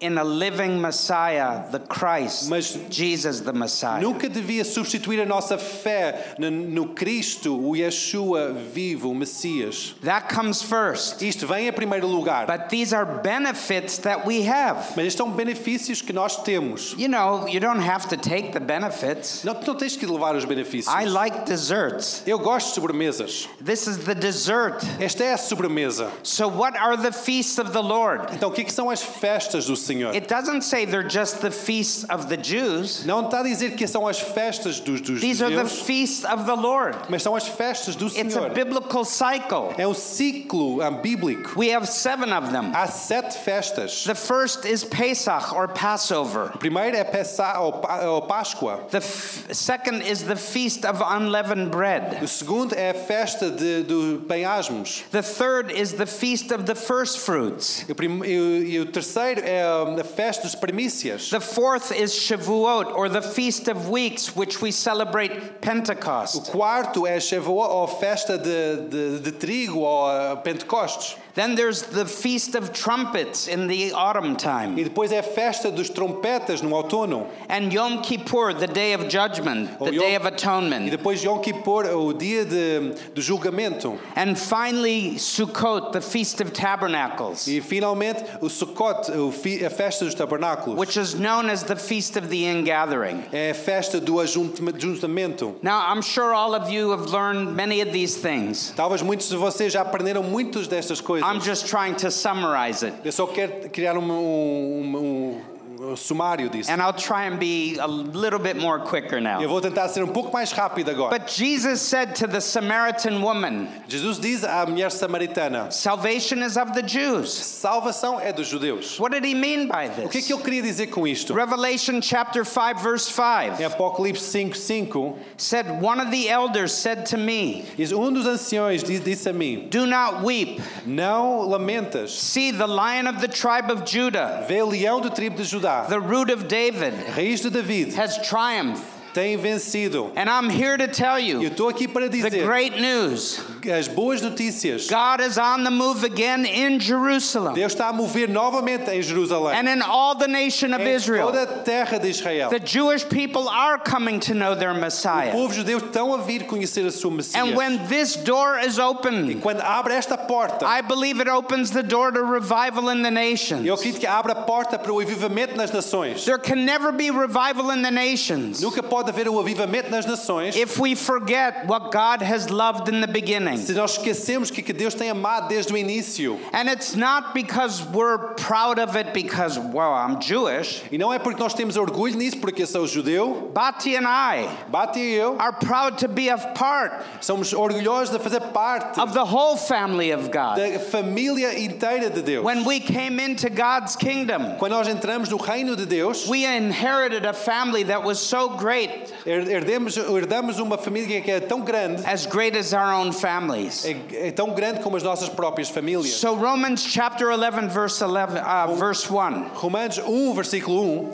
[SPEAKER 4] in a living Messiah, the Christ,
[SPEAKER 2] Mas-
[SPEAKER 4] Jesus the Messiah.
[SPEAKER 2] nunca devia substituir a nossa fé no, no Cristo, o Yeshua vivo, o Messias.
[SPEAKER 4] That comes first.
[SPEAKER 2] Isto vem em primeiro lugar.
[SPEAKER 4] But these are benefits that we have.
[SPEAKER 2] Mas estes são benefícios que nós temos.
[SPEAKER 4] You know, you don't have to take the benefits.
[SPEAKER 2] Não, não tens que levar os benefícios.
[SPEAKER 4] I like desserts.
[SPEAKER 2] Eu gosto de sobremesas.
[SPEAKER 4] This is the dessert.
[SPEAKER 2] Esta é a sobremesa.
[SPEAKER 4] So, what are the feasts of the Lord?
[SPEAKER 2] Então, o que, é que são as festas do Senhor?
[SPEAKER 4] It doesn't say they're just the feasts of the Jews,
[SPEAKER 2] Não está a dizer que são as festas dos, dos
[SPEAKER 4] these are the
[SPEAKER 2] judeus.
[SPEAKER 4] feasts of the Lord.
[SPEAKER 2] Mas são as festas do
[SPEAKER 4] It's a
[SPEAKER 2] Senhor.
[SPEAKER 4] biblical cycle.
[SPEAKER 2] É um ciclo ah, bíblico.
[SPEAKER 4] We have seven of them.
[SPEAKER 2] Há sete festas.
[SPEAKER 4] The first is Pesach or Passover.
[SPEAKER 2] A primeira é Pessá, ou, Pá- ou Páscoa.
[SPEAKER 4] The f- second is the feast of unleavened bread.
[SPEAKER 2] O segundo é a festa de, do penhasmos.
[SPEAKER 4] The third is the feast of the first fruits.
[SPEAKER 2] E o, prim- e o- e o terceiro é a ah, a festa dos primícias.
[SPEAKER 4] The fourth is Shavuot, or the Feast of Weeks, which we celebrate
[SPEAKER 2] O
[SPEAKER 4] Pentecost.
[SPEAKER 2] quarto é Shavuot, ou festa de, de, de trigo, ou ah, Pentecostes.
[SPEAKER 4] Then there's the Feast of Trumpets in the autumn
[SPEAKER 2] E
[SPEAKER 4] time,
[SPEAKER 2] depois é a festa dos trompetas no outono.
[SPEAKER 4] and Yom Kippur, the Day of Judgment,
[SPEAKER 2] Or
[SPEAKER 4] the
[SPEAKER 2] Oh, Yom-
[SPEAKER 4] Day of
[SPEAKER 2] E
[SPEAKER 4] Atonement,
[SPEAKER 2] depois Yom Kippur, o dia de, do julgamento.
[SPEAKER 4] and finally Sukkot, the Feast of Tabernacles,
[SPEAKER 2] E finalmente o Sukkot, o fi- a festa dos tabernáculos.
[SPEAKER 4] which is known as the Feast of the Ingathering.
[SPEAKER 2] É a festa do ajuntama- ajuntamento.
[SPEAKER 4] Now, I'm sure all of you have learned many of these things.
[SPEAKER 2] Talvez muitos de vocês já aprenderam muitas destas coisas.
[SPEAKER 4] I'm just trying to summarize it.
[SPEAKER 2] Eu só quero criar um, um- um- um sumário disso.
[SPEAKER 4] And I'll try and be a little bit more quicker
[SPEAKER 2] Eu
[SPEAKER 4] now.
[SPEAKER 2] vou tentar ser um pouco mais rápido agora.
[SPEAKER 4] But Jesus said to the Samaritan woman,
[SPEAKER 2] Jesus diz à mulher samaritana:
[SPEAKER 4] Salvation is of the Jews.
[SPEAKER 2] salvação é dos judeus.
[SPEAKER 4] What did he mean by
[SPEAKER 2] O que é
[SPEAKER 4] this?
[SPEAKER 2] que ele queria dizer com isto?
[SPEAKER 4] Revelation chapter 5, verse
[SPEAKER 2] Em
[SPEAKER 4] 5
[SPEAKER 2] Apocalipse 5, 5,
[SPEAKER 4] said, One of the elders said to me,
[SPEAKER 2] diz, um dos anciões diz- disse a mim:
[SPEAKER 4] Do not weep.
[SPEAKER 2] Não lamentas,
[SPEAKER 4] See, the lion of the tribe of Judah,
[SPEAKER 2] vê leão da tribo de Judá,
[SPEAKER 4] the root of David,
[SPEAKER 2] raiz de David,
[SPEAKER 4] has triumphed.
[SPEAKER 2] tem vencido.
[SPEAKER 4] And I'm here to tell
[SPEAKER 2] Eu
[SPEAKER 4] you
[SPEAKER 2] estou aqui para
[SPEAKER 4] the
[SPEAKER 2] dizer
[SPEAKER 4] great news.
[SPEAKER 2] as boas notícias.
[SPEAKER 4] God is on the move again in Jerusalem
[SPEAKER 2] Deus está a mover novamente em Jerusalém,
[SPEAKER 4] and in all the nation of
[SPEAKER 2] em toda
[SPEAKER 4] Israel.
[SPEAKER 2] a terra de Israel.
[SPEAKER 4] The Jewish people are coming to know their
[SPEAKER 2] O
[SPEAKER 4] Messiah.
[SPEAKER 2] povo judeu estão a vir conhecer a sua Messias.
[SPEAKER 4] And when this door is open,
[SPEAKER 2] Quando abre esta porta,
[SPEAKER 4] I believe it opens the door to revival in the
[SPEAKER 2] eu
[SPEAKER 4] nations.
[SPEAKER 2] acredito que abre a porta para o avivamento nas nações.
[SPEAKER 4] There can never be revival in the nations
[SPEAKER 2] Nunca pode haver o avivamento nas nações
[SPEAKER 4] if we forget what God has loved in the beginning.
[SPEAKER 2] se nós esquecemos que que Deus tem amado desde o início.
[SPEAKER 4] And it's not because we're proud of it because, well, I'm Jewish.
[SPEAKER 2] E não é porque nós temos orgulho nisso, porque eu sou judeu,
[SPEAKER 4] Bati and I
[SPEAKER 2] Bate e eu,
[SPEAKER 4] are proud to be a part
[SPEAKER 2] somos orgulhosos de fazer parte
[SPEAKER 4] of the whole family of God.
[SPEAKER 2] da família inteira de Deus.
[SPEAKER 4] When we came into God's kingdom,
[SPEAKER 2] Quando nós entramos no reino de Deus,
[SPEAKER 4] we inherited a family that was so great,
[SPEAKER 2] her- herdemos, herdamos uma família que é tão grande,
[SPEAKER 4] as great as our own families.
[SPEAKER 2] é, é tão grande como as nossas próprias famílias.
[SPEAKER 4] So Romans chapter 11 verse 11 uh, verse 1
[SPEAKER 2] Romanos 1, versículo 1,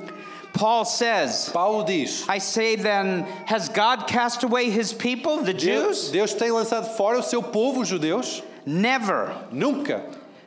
[SPEAKER 4] Paul says
[SPEAKER 2] Paulo diz:
[SPEAKER 4] I say then has God cast away his people the
[SPEAKER 2] Deus,
[SPEAKER 4] Jews
[SPEAKER 2] Deus tem lançado fora o seu povo, os judeus?
[SPEAKER 4] never
[SPEAKER 2] Nunca.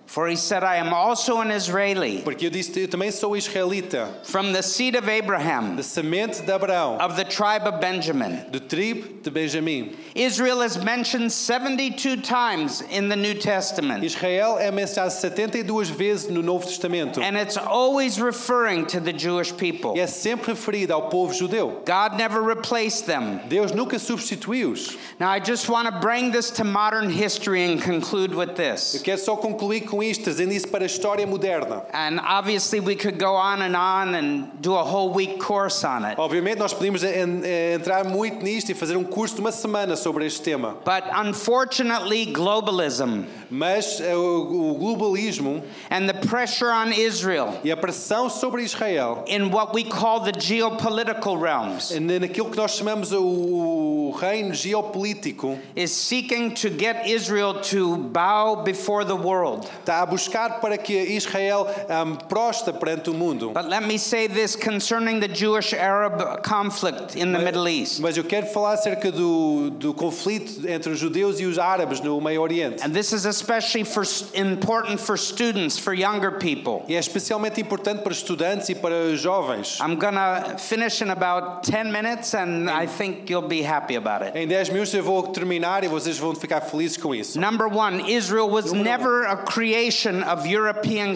[SPEAKER 4] for he said I am also an Israeli
[SPEAKER 2] Porque eu disse, eu também sou israelita,
[SPEAKER 4] from the seed of Abraham
[SPEAKER 2] da semente de Abraão,
[SPEAKER 4] of the tribe of Benjamin
[SPEAKER 2] do tribo de Benjamim.
[SPEAKER 4] Israel is mentioned 72 times in the New Testament
[SPEAKER 2] Israel é mencionado 72 vezes no Novo Testamento.
[SPEAKER 4] and it's always referring to the Jewish people
[SPEAKER 2] E é sempre referida ao povo judeu.
[SPEAKER 4] God never replaced them
[SPEAKER 2] Deus nunca substituiu-os.
[SPEAKER 4] now I just want to bring this to modern history and conclude with this
[SPEAKER 2] Eu quero só concluir com isto, trazendo isso para a história moderna.
[SPEAKER 4] And obviously, we could go on and on and do a whole week course on it.
[SPEAKER 2] Obviamente, nós podemos en- eh, entrar muito nisto e fazer um curso de uma semana sobre este tema.
[SPEAKER 4] But unfortunately, globalism
[SPEAKER 2] Mas eh, o o globalismo
[SPEAKER 4] and the pressure on Israel
[SPEAKER 2] e a pressão sobre Israel,
[SPEAKER 4] in what we call the geopolitical realms
[SPEAKER 2] na- naquilo que nós chamamos o o reino geopolítico,
[SPEAKER 4] is seeking to get Israel to bow before the world.
[SPEAKER 2] está a buscar para que Israel um, prosta perante o mundo.
[SPEAKER 4] But let me say this concerning the Jewish Arab conflict in the Middle East.
[SPEAKER 2] Mas eu quero falar acerca do, do conflito entre os judeus e os árabes no Meio Oriente.
[SPEAKER 4] And this is especially for, important for students, for younger people.
[SPEAKER 2] E é especialmente importante para estudantes e para jovens.
[SPEAKER 4] I'm gonna finish in about 10 minutes, and I think you'll be happy about it.
[SPEAKER 2] Em 10 minutos eu vou terminar e vocês vão ficar felizes com isso.
[SPEAKER 4] Number one, Israel was never a creation of European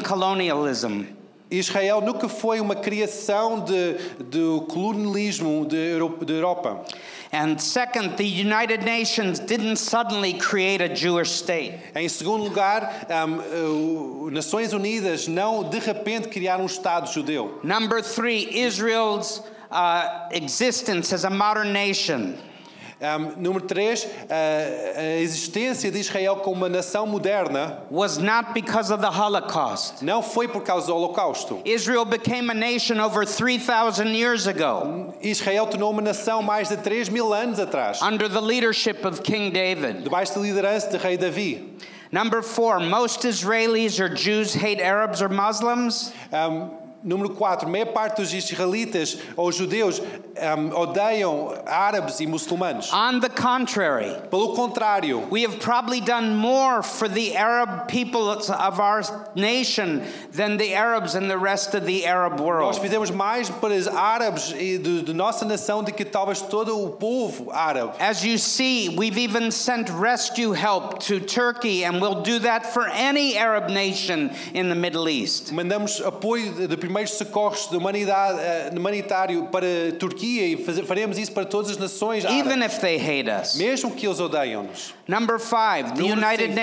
[SPEAKER 4] colonialism.
[SPEAKER 2] Israel nunca foi uma criação de, do colonialismo de, Euro- de Europa.
[SPEAKER 4] And second, the United Nations didn't suddenly create a Jewish state.
[SPEAKER 2] Em segundo lugar, ahm, eh, o- Nações Unidas não de repente criaram um Estado judeu.
[SPEAKER 4] Number three, Israel's uh, existence as a modern nation
[SPEAKER 2] Ahm, Um, número 3, a, a existência de Israel como uma nação moderna
[SPEAKER 4] was not because of the Holocaust.
[SPEAKER 2] não foi por causa do Holocausto.
[SPEAKER 4] Israel became a nation over 3,000 years ago
[SPEAKER 2] Israel tornou uma nação mais de 3 mil anos atrás,
[SPEAKER 4] under the leadership of King David.
[SPEAKER 2] debaixo da liderança de rei Davi.
[SPEAKER 4] Number four, most Israelis or Jews hate Arabs or Muslims.
[SPEAKER 2] Ahm, Um, Número 4. Meia parte dos israelitas ou judeus hum, odeiam árabes e muçulmanos.
[SPEAKER 4] On the contrary,
[SPEAKER 2] Pelo contrário,
[SPEAKER 4] we have probably done more for the Arab people of our nation than the Arabs and the rest of the Arab
[SPEAKER 2] nós
[SPEAKER 4] world.
[SPEAKER 2] fizemos mais para os árabes e de, de nossa nação do que talvez todo o povo árabe.
[SPEAKER 4] As you see, we've even sent rescue help to Turkey, and we'll do that for any Arab nation in the Middle East.
[SPEAKER 2] Mandamos apoio de de primeiros socorros de humanidade, eh, humanitário para a Turquia e faze- faremos isso para todas as nações árabes.
[SPEAKER 4] Even if they hate us.
[SPEAKER 2] Mesmo que eles odeiam-nos.
[SPEAKER 4] Number five, the
[SPEAKER 2] Número
[SPEAKER 4] United
[SPEAKER 2] seis.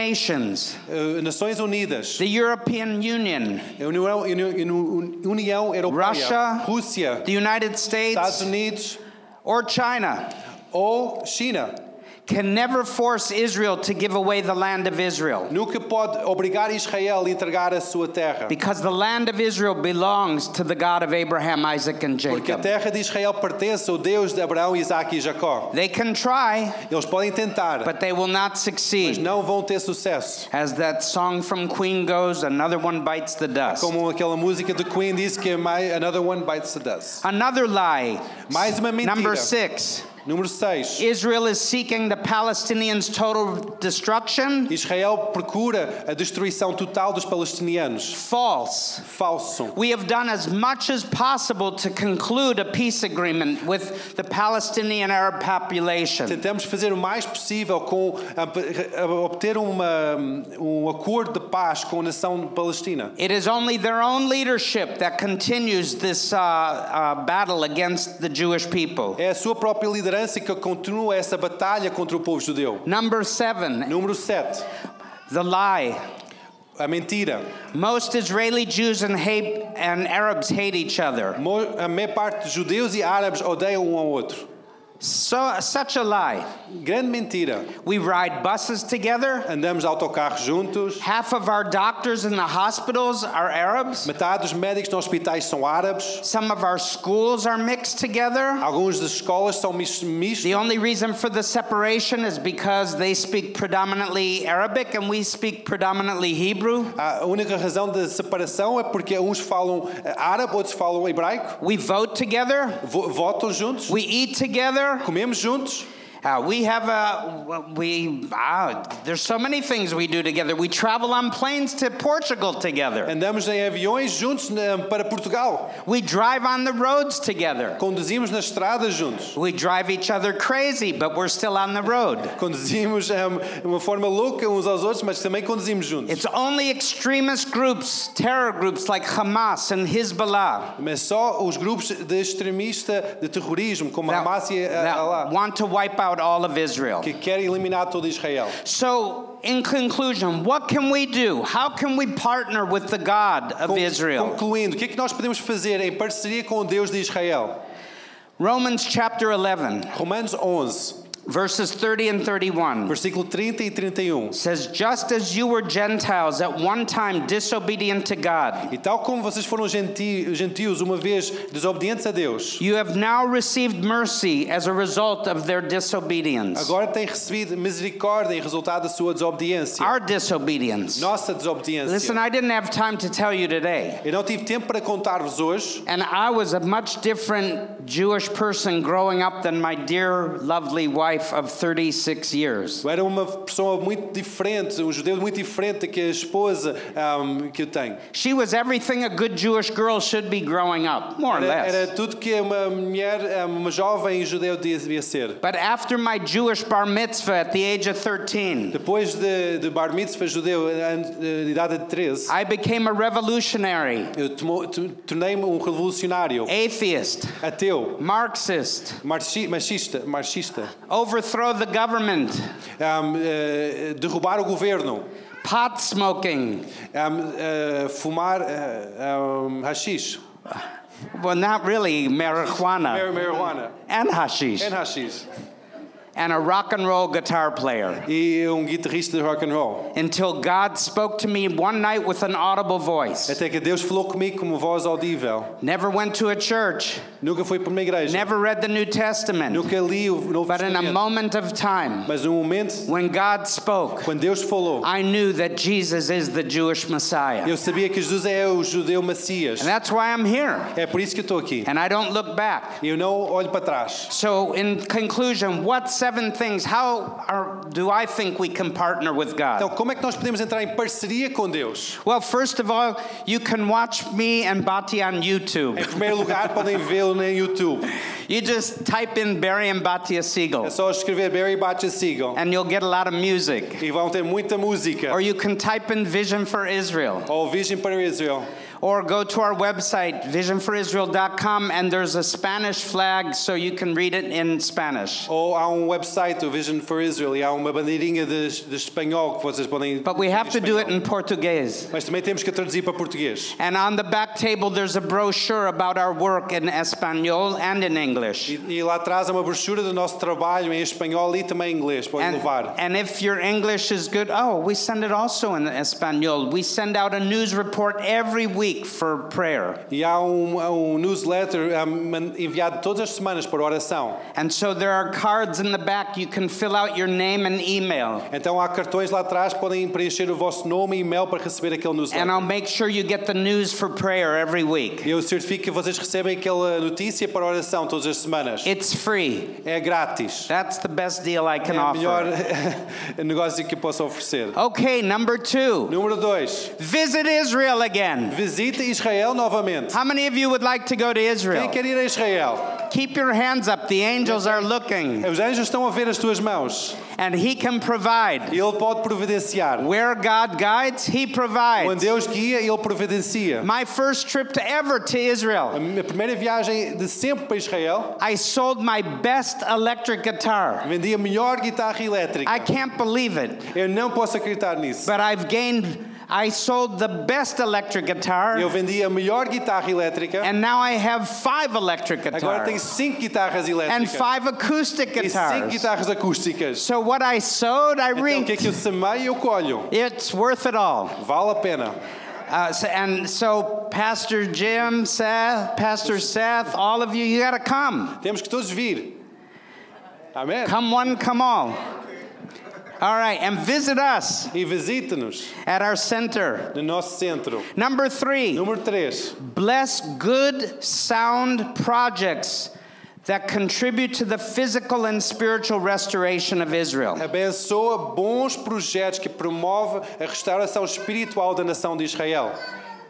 [SPEAKER 4] Nations,
[SPEAKER 2] Eh, Nações Unidas,
[SPEAKER 4] the European Union,
[SPEAKER 2] a União, Uni- Uni- União Europeia,
[SPEAKER 4] Russia,
[SPEAKER 2] Rússia,
[SPEAKER 4] the United
[SPEAKER 2] Estados
[SPEAKER 4] States,
[SPEAKER 2] Unidos
[SPEAKER 4] or China
[SPEAKER 2] ou China.
[SPEAKER 4] can never force Israel to give away the land of Israel
[SPEAKER 2] Nunca pode obrigar Israel a entregar a sua terra.
[SPEAKER 4] because the land of Israel belongs to the God of Abraham, Isaac, and
[SPEAKER 2] Porque a
[SPEAKER 4] Jacob.
[SPEAKER 2] terra de Israel pertence ao Deus de Abraão, Isaac e Jacó.
[SPEAKER 4] They can try,
[SPEAKER 2] Eles podem tentar,
[SPEAKER 4] but they will not
[SPEAKER 2] mas
[SPEAKER 4] succeed.
[SPEAKER 2] não vão ter sucesso.
[SPEAKER 4] As that song from Queen goes, another one bites the dust.
[SPEAKER 2] Como aquela música de Queen diz que é my, another one bites the dust.
[SPEAKER 4] Another lie.
[SPEAKER 2] Mais uma mentira.
[SPEAKER 4] Number six.
[SPEAKER 2] Número 6.
[SPEAKER 4] Israel is seeking the Palestinians' total destruction.
[SPEAKER 2] Israel procura a destruição total dos palestinianos.
[SPEAKER 4] False.
[SPEAKER 2] Falso.
[SPEAKER 4] We have done as much as possible to conclude a peace agreement with the Palestinian Arab population.
[SPEAKER 2] Tentamos fazer o mais possível com a- a- obter uma, um acordo de paz com a nação palestina.
[SPEAKER 4] It is only their own leadership that continues this uh, uh, battle against the Jewish people.
[SPEAKER 2] É a sua própria liderança que continua essa batalha contra o povo judeu.
[SPEAKER 4] Number seven,
[SPEAKER 2] Número 7.
[SPEAKER 4] the lie.
[SPEAKER 2] A mentira.
[SPEAKER 4] Most Israeli Jews and, hate, and Arabs hate each other.
[SPEAKER 2] Mo- A maior parte de judeus e árabes odeiam um ao outro.
[SPEAKER 4] So, such a lie.
[SPEAKER 2] Grande mentira.
[SPEAKER 4] We ride buses together.
[SPEAKER 2] Andamos de autocarro juntos.
[SPEAKER 4] Half of our doctors in the hospitals are Arabs.
[SPEAKER 2] Metade dos médicos nos hospitais são árabes.
[SPEAKER 4] Some of our schools are mixed together.
[SPEAKER 2] Alguns das escolas são mis- mistos.
[SPEAKER 4] The only reason for the separation is because they speak predominantly Arabic and we speak predominantly Hebrew.
[SPEAKER 2] A única razão da separação é porque uns falam eh, árabe, outros falam hebraico.
[SPEAKER 4] We vote together.
[SPEAKER 2] Vo- Votam juntos.
[SPEAKER 4] We eat together.
[SPEAKER 2] Comemos juntos.
[SPEAKER 4] Uh, we have a we ah, there's so many things we do together. We travel on planes to Portugal together.
[SPEAKER 2] Andamos em aviões juntos né, para Portugal.
[SPEAKER 4] We drive on the roads together.
[SPEAKER 2] Conduzimos na estrada juntos.
[SPEAKER 4] We drive each other crazy, but we're still on the road.
[SPEAKER 2] Conduzimos de uma forma louca uns aos outros, mas também conduzimos juntos.
[SPEAKER 4] It's only extremist groups, terror groups like Hamas and Hezbollah
[SPEAKER 2] Mas só os grupos de extremista, de terrorismo, como
[SPEAKER 4] that,
[SPEAKER 2] Hamas e eh,
[SPEAKER 4] that
[SPEAKER 2] Allah,
[SPEAKER 4] want to wipe out all of Israel.
[SPEAKER 2] que querem eliminar todo Israel.
[SPEAKER 4] So, in conclusion, what can we do? How can we partner with the God of
[SPEAKER 2] Con-
[SPEAKER 4] Israel?
[SPEAKER 2] Concluindo, o que é que nós podemos fazer em parceria com o Deus de Israel?
[SPEAKER 4] Romans chapter 11,
[SPEAKER 2] Romanos 11,
[SPEAKER 4] verses 30 and 31.
[SPEAKER 2] versículo 30 e 31.
[SPEAKER 4] Says, just as you were Gentiles at one time disobedient to God,
[SPEAKER 2] E tal como vocês foram genti- gentios uma vez desobedientes a Deus,
[SPEAKER 4] you have now received mercy as a result of their disobedience.
[SPEAKER 2] agora têm recebido misericórdia em resultado da sua desobediência.
[SPEAKER 4] Our disobedience.
[SPEAKER 2] Nossa desobediência.
[SPEAKER 4] Listen, I didn't have time to tell you today.
[SPEAKER 2] Eu não tive tempo para contar-vos hoje.
[SPEAKER 4] And I was a much different Jewish person growing up than my dear, lovely wife of 36 years.
[SPEAKER 2] Eu era uma pessoa muito diferente, um judeu muito diferente que a esposa ahm, que eu tenho.
[SPEAKER 4] She was everything a good Jewish girl should be growing up, more or
[SPEAKER 2] Era, era
[SPEAKER 4] less.
[SPEAKER 2] tudo que uma mulher, ahm, uma jovem judeu devia ser.
[SPEAKER 4] But after my Jewish bar mitzvah at the age of 13,
[SPEAKER 2] Depois de, de bar mitzvah judeu, na idade de 13,
[SPEAKER 4] I became a revolutionary,
[SPEAKER 2] eu tomo- tu- tornei-me um revolucionário,
[SPEAKER 4] atheist,
[SPEAKER 2] ateu,
[SPEAKER 4] Marxist,
[SPEAKER 2] marxi- machista, marxista.
[SPEAKER 4] overthrow the government,
[SPEAKER 2] Ahm, eh, derrubar o governo,
[SPEAKER 4] pot smoking.
[SPEAKER 2] ahm, eh, fumar ah, ahm, hashish,
[SPEAKER 4] Well, not really marijuana
[SPEAKER 2] marijuana
[SPEAKER 4] and hashish.
[SPEAKER 2] and hashish.
[SPEAKER 4] and a rock and roll guitar player
[SPEAKER 2] e um guitarrista de rock and roll.
[SPEAKER 4] until God spoke to me one night with an audible voice.
[SPEAKER 2] Até que Deus falou comigo com uma voz audível.
[SPEAKER 4] Never went to a church,
[SPEAKER 2] Nunca fui para uma igreja.
[SPEAKER 4] never read the New Testament,
[SPEAKER 2] Nunca li o Novo
[SPEAKER 4] but in a
[SPEAKER 2] Testamento.
[SPEAKER 4] moment of time,
[SPEAKER 2] Mas no momento,
[SPEAKER 4] when God spoke,
[SPEAKER 2] quando Deus falou,
[SPEAKER 4] I knew that Jesus is the Jewish Messiah.
[SPEAKER 2] eu sabia que Jesus é o judeu Macias.
[SPEAKER 4] And that's why I'm here.
[SPEAKER 2] É por isso que eu estou aqui.
[SPEAKER 4] And I don't look back.
[SPEAKER 2] Eu não olho para trás.
[SPEAKER 4] So, in conclusion, what seven things, how are, do I think we can partner with God?
[SPEAKER 2] Então, como é que nós podemos entrar em parceria com Deus?
[SPEAKER 4] Well, first of all, you can watch me and Bati on
[SPEAKER 2] Em
[SPEAKER 4] YouTube.
[SPEAKER 2] primeiro lugar, podem vê-lo no YouTube.
[SPEAKER 4] You just type in Barry and Batia
[SPEAKER 2] É
[SPEAKER 4] Siegel,
[SPEAKER 2] só escrever Barry Batches Siegel
[SPEAKER 4] and you'll get a lot of music.
[SPEAKER 2] e vão ter muita música.
[SPEAKER 4] Or you can type in Vision for Israel,
[SPEAKER 2] Ou Vision para Israel.
[SPEAKER 4] or go to our website, visionforisrael.com, and there's a Spanish flag so you can read it in Spanish.
[SPEAKER 2] Ou há um website, o Vision for Israel, e há uma bandeirinha de, de espanhol que vocês podem.
[SPEAKER 4] But we have to do it in Portuguese.
[SPEAKER 2] Mas também temos que traduzir para português.
[SPEAKER 4] And on the back table, there's a brochure about our work in Espanol and in English.
[SPEAKER 2] E, e lá atrás há uma brochura do nosso trabalho em espanhol e também em inglês. Podem
[SPEAKER 4] And,
[SPEAKER 2] levar.
[SPEAKER 4] and if your English is good, oh, we send it also in Espanol. We send out a news report every week for prayer.
[SPEAKER 2] E há um, há um newsletter ah, man- enviado todas as semanas para oração.
[SPEAKER 4] And so there are cards in the back. You can fill out your name and email.
[SPEAKER 2] Então há cartões lá atrás, podem preencher o vosso nome e e-mail para receber aquele
[SPEAKER 4] And
[SPEAKER 2] newsletter.
[SPEAKER 4] I'll make sure you get the news for prayer every week.
[SPEAKER 2] Eu certifico que vocês recebem aquela notícia para oração todas as semanas.
[SPEAKER 4] It's free.
[SPEAKER 2] É grátis.
[SPEAKER 4] That's the best deal I can
[SPEAKER 2] É o melhor
[SPEAKER 4] offer.
[SPEAKER 2] negócio que eu posso oferecer.
[SPEAKER 4] Okay, number two,
[SPEAKER 2] Número 2.
[SPEAKER 4] visit Israel again.
[SPEAKER 2] Visita Israel novamente.
[SPEAKER 4] How many of you would like to go to
[SPEAKER 2] Quem
[SPEAKER 4] Ah, Israel?
[SPEAKER 2] quer ir a Israel?
[SPEAKER 4] Keep your hands up. The angels are looking,
[SPEAKER 2] Os anjos estão a ver as tuas mãos.
[SPEAKER 4] and He can provide.
[SPEAKER 2] Ele pode providenciar.
[SPEAKER 4] Where God guides, He
[SPEAKER 2] Quando
[SPEAKER 4] provides.
[SPEAKER 2] Deus guia, Ele providencia.
[SPEAKER 4] My first trip to ever to
[SPEAKER 2] A
[SPEAKER 4] Israel,
[SPEAKER 2] minha primeira viagem de sempre para Israel,
[SPEAKER 4] I sold my best electric guitar.
[SPEAKER 2] vendi a melhor guitarra elétrica.
[SPEAKER 4] I can't believe it,
[SPEAKER 2] Eu não posso acreditar nisso.
[SPEAKER 4] but I've gained. I sold the best electric
[SPEAKER 2] Eu
[SPEAKER 4] guitar,
[SPEAKER 2] vendi a melhor guitarra elétrica.
[SPEAKER 4] and now I have five electric
[SPEAKER 2] Agora tenho
[SPEAKER 4] guitars
[SPEAKER 2] cinco guitarras
[SPEAKER 4] and
[SPEAKER 2] elétricas
[SPEAKER 4] five acoustic
[SPEAKER 2] e cinco
[SPEAKER 4] guitars.
[SPEAKER 2] guitarras acústicas.
[SPEAKER 4] So what I sowed, I
[SPEAKER 2] Então, o que é
[SPEAKER 4] reaped.
[SPEAKER 2] que eu semei, eu colho.
[SPEAKER 4] It's worth it all.
[SPEAKER 2] Vale a pena.
[SPEAKER 4] Uh, so, and so, Pastor Jim, Seth, Pastor Seth, all of you, you gotta come.
[SPEAKER 2] Temos que todos vir. Amém?
[SPEAKER 4] Come one, come all. All right, and visit us
[SPEAKER 2] E visite-nos
[SPEAKER 4] at our center.
[SPEAKER 2] no nosso centro.
[SPEAKER 4] Number three,
[SPEAKER 2] Número 3.
[SPEAKER 4] bless good sound projects that contribute to the physical and spiritual restoration of Israel.
[SPEAKER 2] Abençoa bons projetos que promove a restauração espiritual da nação de Israel.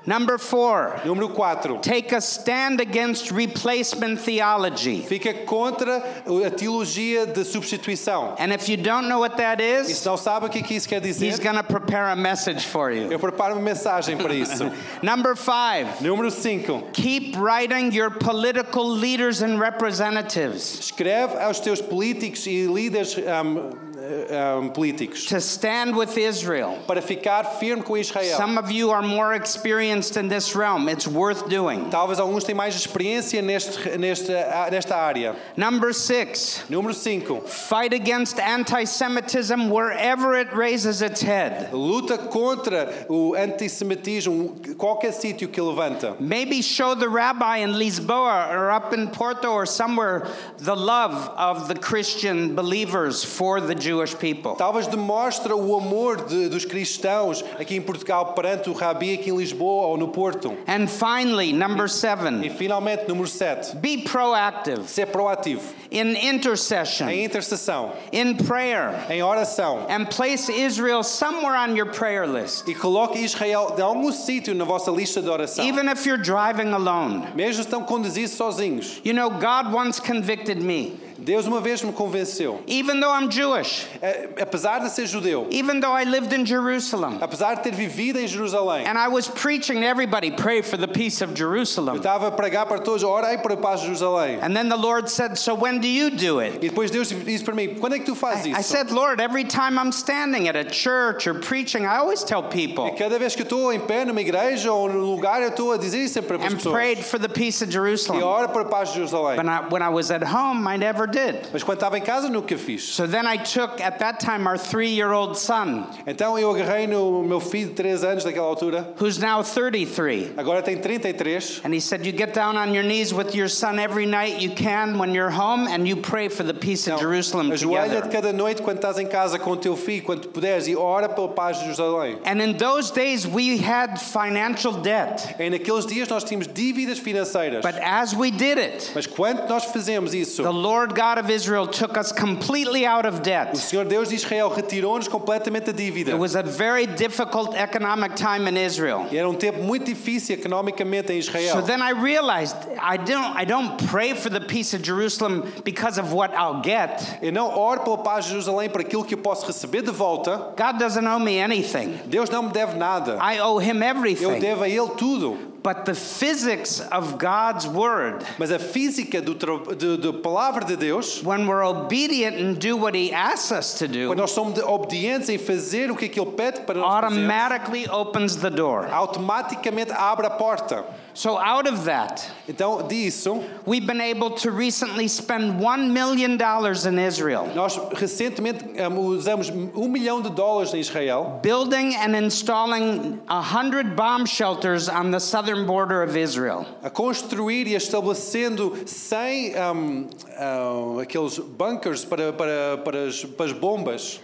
[SPEAKER 4] Number four,
[SPEAKER 2] Número 4.
[SPEAKER 4] take a stand against replacement theology.
[SPEAKER 2] Fica contra a teologia de substituição.
[SPEAKER 4] And if you don't know what that
[SPEAKER 2] E
[SPEAKER 4] is,
[SPEAKER 2] se não sabe o que é que isso quer
[SPEAKER 4] he's
[SPEAKER 2] dizer,
[SPEAKER 4] gonna prepare a message for you.
[SPEAKER 2] eu preparo uma mensagem para isso.
[SPEAKER 4] Number five,
[SPEAKER 2] Número 5.
[SPEAKER 4] keep writing your political leaders and representatives
[SPEAKER 2] Escreve aos teus políticos e líderes ahm, ahm, políticos
[SPEAKER 4] to stand with Israel.
[SPEAKER 2] para ficar firme com Israel.
[SPEAKER 4] Some of you are more experienced in this realm. It's worth doing.
[SPEAKER 2] Talvez alguns tenham mais experiência neste, neste, nesta área.
[SPEAKER 4] Number six,
[SPEAKER 2] Número 5.
[SPEAKER 4] fight against anti Semitism wherever it raises its head.
[SPEAKER 2] Luta contra o antissemitismo, qualquer sítio que levanta.
[SPEAKER 4] Maybe show the rabbi in Lisboa or up in Porto or somewhere the love of the Christian believers for the Jewish people.
[SPEAKER 2] Talvez demonstre o amor de- dos cristãos aqui em Portugal perante o Rabi aqui em Lisboa ou no Porto.
[SPEAKER 4] And finally, number seven,
[SPEAKER 2] E finalmente, número 7.
[SPEAKER 4] Be proactive
[SPEAKER 2] Ser proativo
[SPEAKER 4] in
[SPEAKER 2] em
[SPEAKER 4] intercession,
[SPEAKER 2] intercessão,
[SPEAKER 4] in prayer,
[SPEAKER 2] em oração.
[SPEAKER 4] and place Israel somewhere on your prayer list.
[SPEAKER 2] E coloque Israel de algum sítio na vossa lista de oração.
[SPEAKER 4] Even if you're driving alone.
[SPEAKER 2] Mesmo se estão conduzindo sozinhos.
[SPEAKER 4] You know, God once convicted me,
[SPEAKER 2] Deus uma vez me convenceu.
[SPEAKER 4] even though I'm Jewish.
[SPEAKER 2] eh, apesar de ser judeu,
[SPEAKER 4] even though I lived in Jerusalem.
[SPEAKER 2] apesar de ter vivido em Jerusalém,
[SPEAKER 4] And I was preaching to everybody, pray for the peace of
[SPEAKER 2] eu
[SPEAKER 4] Jerusalem.
[SPEAKER 2] estava a pregar para todos, orei para a paz de Jerusalém.
[SPEAKER 4] And then the Lord said, So when do you do it?
[SPEAKER 2] E depois Deus disse para mim, quando é que tu fazes
[SPEAKER 4] I, I
[SPEAKER 2] isso?
[SPEAKER 4] said, Lord, every time I'm standing at a church or preaching, I always tell
[SPEAKER 2] E
[SPEAKER 4] people
[SPEAKER 2] cada vez que eu estou em pé numa igreja ou num lugar, eu estou a dizer isso sempre para as
[SPEAKER 4] and
[SPEAKER 2] pessoas.
[SPEAKER 4] prayed for the peace of
[SPEAKER 2] E
[SPEAKER 4] Jerusalem.
[SPEAKER 2] oro para a paz de Jerusalém.
[SPEAKER 4] But I, when I was at home, I never did.
[SPEAKER 2] Mas quando estava em casa, nunca fiz.
[SPEAKER 4] So then I took, at that time, our three year old son,
[SPEAKER 2] Então eu agarrei no meu filho de 3 anos, daquela altura,
[SPEAKER 4] who's now 33.
[SPEAKER 2] agora tem 33,
[SPEAKER 4] And he said, You get down on your knees with your son every night you can when you're home, and you pray for the peace of Jerusalem
[SPEAKER 2] Ajoelha-te
[SPEAKER 4] together.
[SPEAKER 2] Então, cada noite quando estás em casa com o teu filho, quando puderes, e ora pela paz de Jerusalém.
[SPEAKER 4] And in those days, we had financial debt.
[SPEAKER 2] E naqueles dias nós tínhamos dívidas financeiras.
[SPEAKER 4] But as we did it,
[SPEAKER 2] Mas quando nós fazemos isso,
[SPEAKER 4] the
[SPEAKER 2] o
[SPEAKER 4] Lord God of Israel took us completely out of debt.
[SPEAKER 2] Senhor Deus de Israel retirou-nos completamente a dívida.
[SPEAKER 4] It was a very difficult economic time in Israel.
[SPEAKER 2] E era um tempo muito difícil economicamente em
[SPEAKER 4] So
[SPEAKER 2] Israel.
[SPEAKER 4] then I realized I don't I don't pray for the peace of Jerusalem because of what I'll get.
[SPEAKER 2] Eu não oro pela paz de Jerusalém para aquilo que eu posso receber de volta.
[SPEAKER 4] God doesn't owe me anything.
[SPEAKER 2] Deus não me deve nada.
[SPEAKER 4] I owe him
[SPEAKER 2] Eu
[SPEAKER 4] everything.
[SPEAKER 2] devo a Ele tudo.
[SPEAKER 4] But the physics of God's word,
[SPEAKER 2] Mas a física do tra- de- da palavra de Deus,
[SPEAKER 4] when we're obedient and do what he asks us to
[SPEAKER 2] quando
[SPEAKER 4] do,
[SPEAKER 2] nós somos de- obedientes em fazer o que é que Ele pede para nós fazer,
[SPEAKER 4] automatically opens the door.
[SPEAKER 2] automaticamente abre a porta.
[SPEAKER 4] So out of that,
[SPEAKER 2] Então, disso,
[SPEAKER 4] We've been able to recently spend $1 million in Israel
[SPEAKER 2] nós recentemente hum, usamos um milhão de dólares em Israel
[SPEAKER 4] building and installing 100 bomb shelters on the southern border of Israel.
[SPEAKER 2] a construir e a estabelecendo 100 hum, hum, aqueles bunkers para, para, para, as, para as bombas.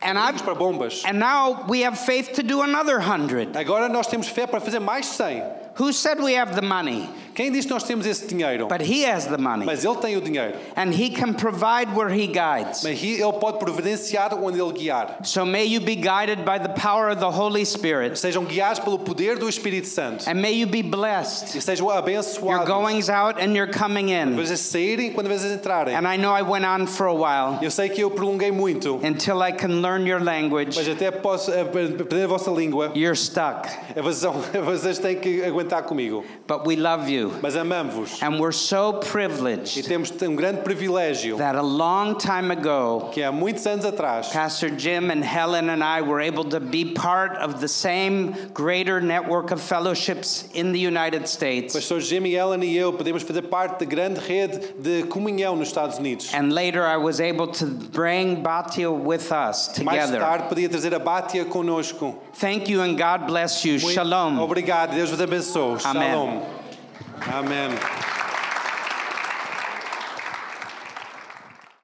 [SPEAKER 4] And,
[SPEAKER 2] abrigos
[SPEAKER 4] I've,
[SPEAKER 2] para bombas.
[SPEAKER 4] and now we have faith to do another 100.
[SPEAKER 2] Agora nós temos fé para fazer mais 100.
[SPEAKER 4] Who said we have the money?
[SPEAKER 2] Quem diz que nós temos esse dinheiro?
[SPEAKER 4] But he has the money.
[SPEAKER 2] Mas ele tem o dinheiro.
[SPEAKER 4] And he can provide where he guides.
[SPEAKER 2] Mas he- ele pode providenciar onde ele guiar.
[SPEAKER 4] So may you be guided by the power of the Holy Spirit.
[SPEAKER 2] Sejam guiados pelo poder do Espírito Santo.
[SPEAKER 4] And may you be blessed.
[SPEAKER 2] E sejam
[SPEAKER 4] Your
[SPEAKER 2] abençoados.
[SPEAKER 4] goings out and your coming in.
[SPEAKER 2] Quando vocês saírem, quando vocês entrarem.
[SPEAKER 4] And I know I went on for a while.
[SPEAKER 2] Eu sei que eu prolonguei muito,
[SPEAKER 4] until I can learn your language,
[SPEAKER 2] mas até posso eh, aprender a vossa língua.
[SPEAKER 4] you're stuck.
[SPEAKER 2] Eh, Vocês, são- vocês têm que aguentar comigo.
[SPEAKER 4] But we love you.
[SPEAKER 2] Mas amamos-vos.
[SPEAKER 4] And we're so
[SPEAKER 2] E
[SPEAKER 4] privileged
[SPEAKER 2] temos um grande privilégio
[SPEAKER 4] that a long time ago,
[SPEAKER 2] que há muitos anos atrás,
[SPEAKER 4] Pastor Jim and Helen and I were able to be part of the same greater network of fellowships in the United States.
[SPEAKER 2] pastor Jimmy Ellen e eu podemos fazer parte da grande rede de comunhão nos Estados Unidos.
[SPEAKER 4] And later I was able to bring Batia with us
[SPEAKER 2] Mais
[SPEAKER 4] together.
[SPEAKER 2] tarde podia trazer a Bátia conosco.
[SPEAKER 4] Thank you and God bless you.
[SPEAKER 2] Muito
[SPEAKER 4] Shalom.
[SPEAKER 2] Obrigado. Deus vos abençoe.
[SPEAKER 4] Amém.
[SPEAKER 2] Shalom. Amém.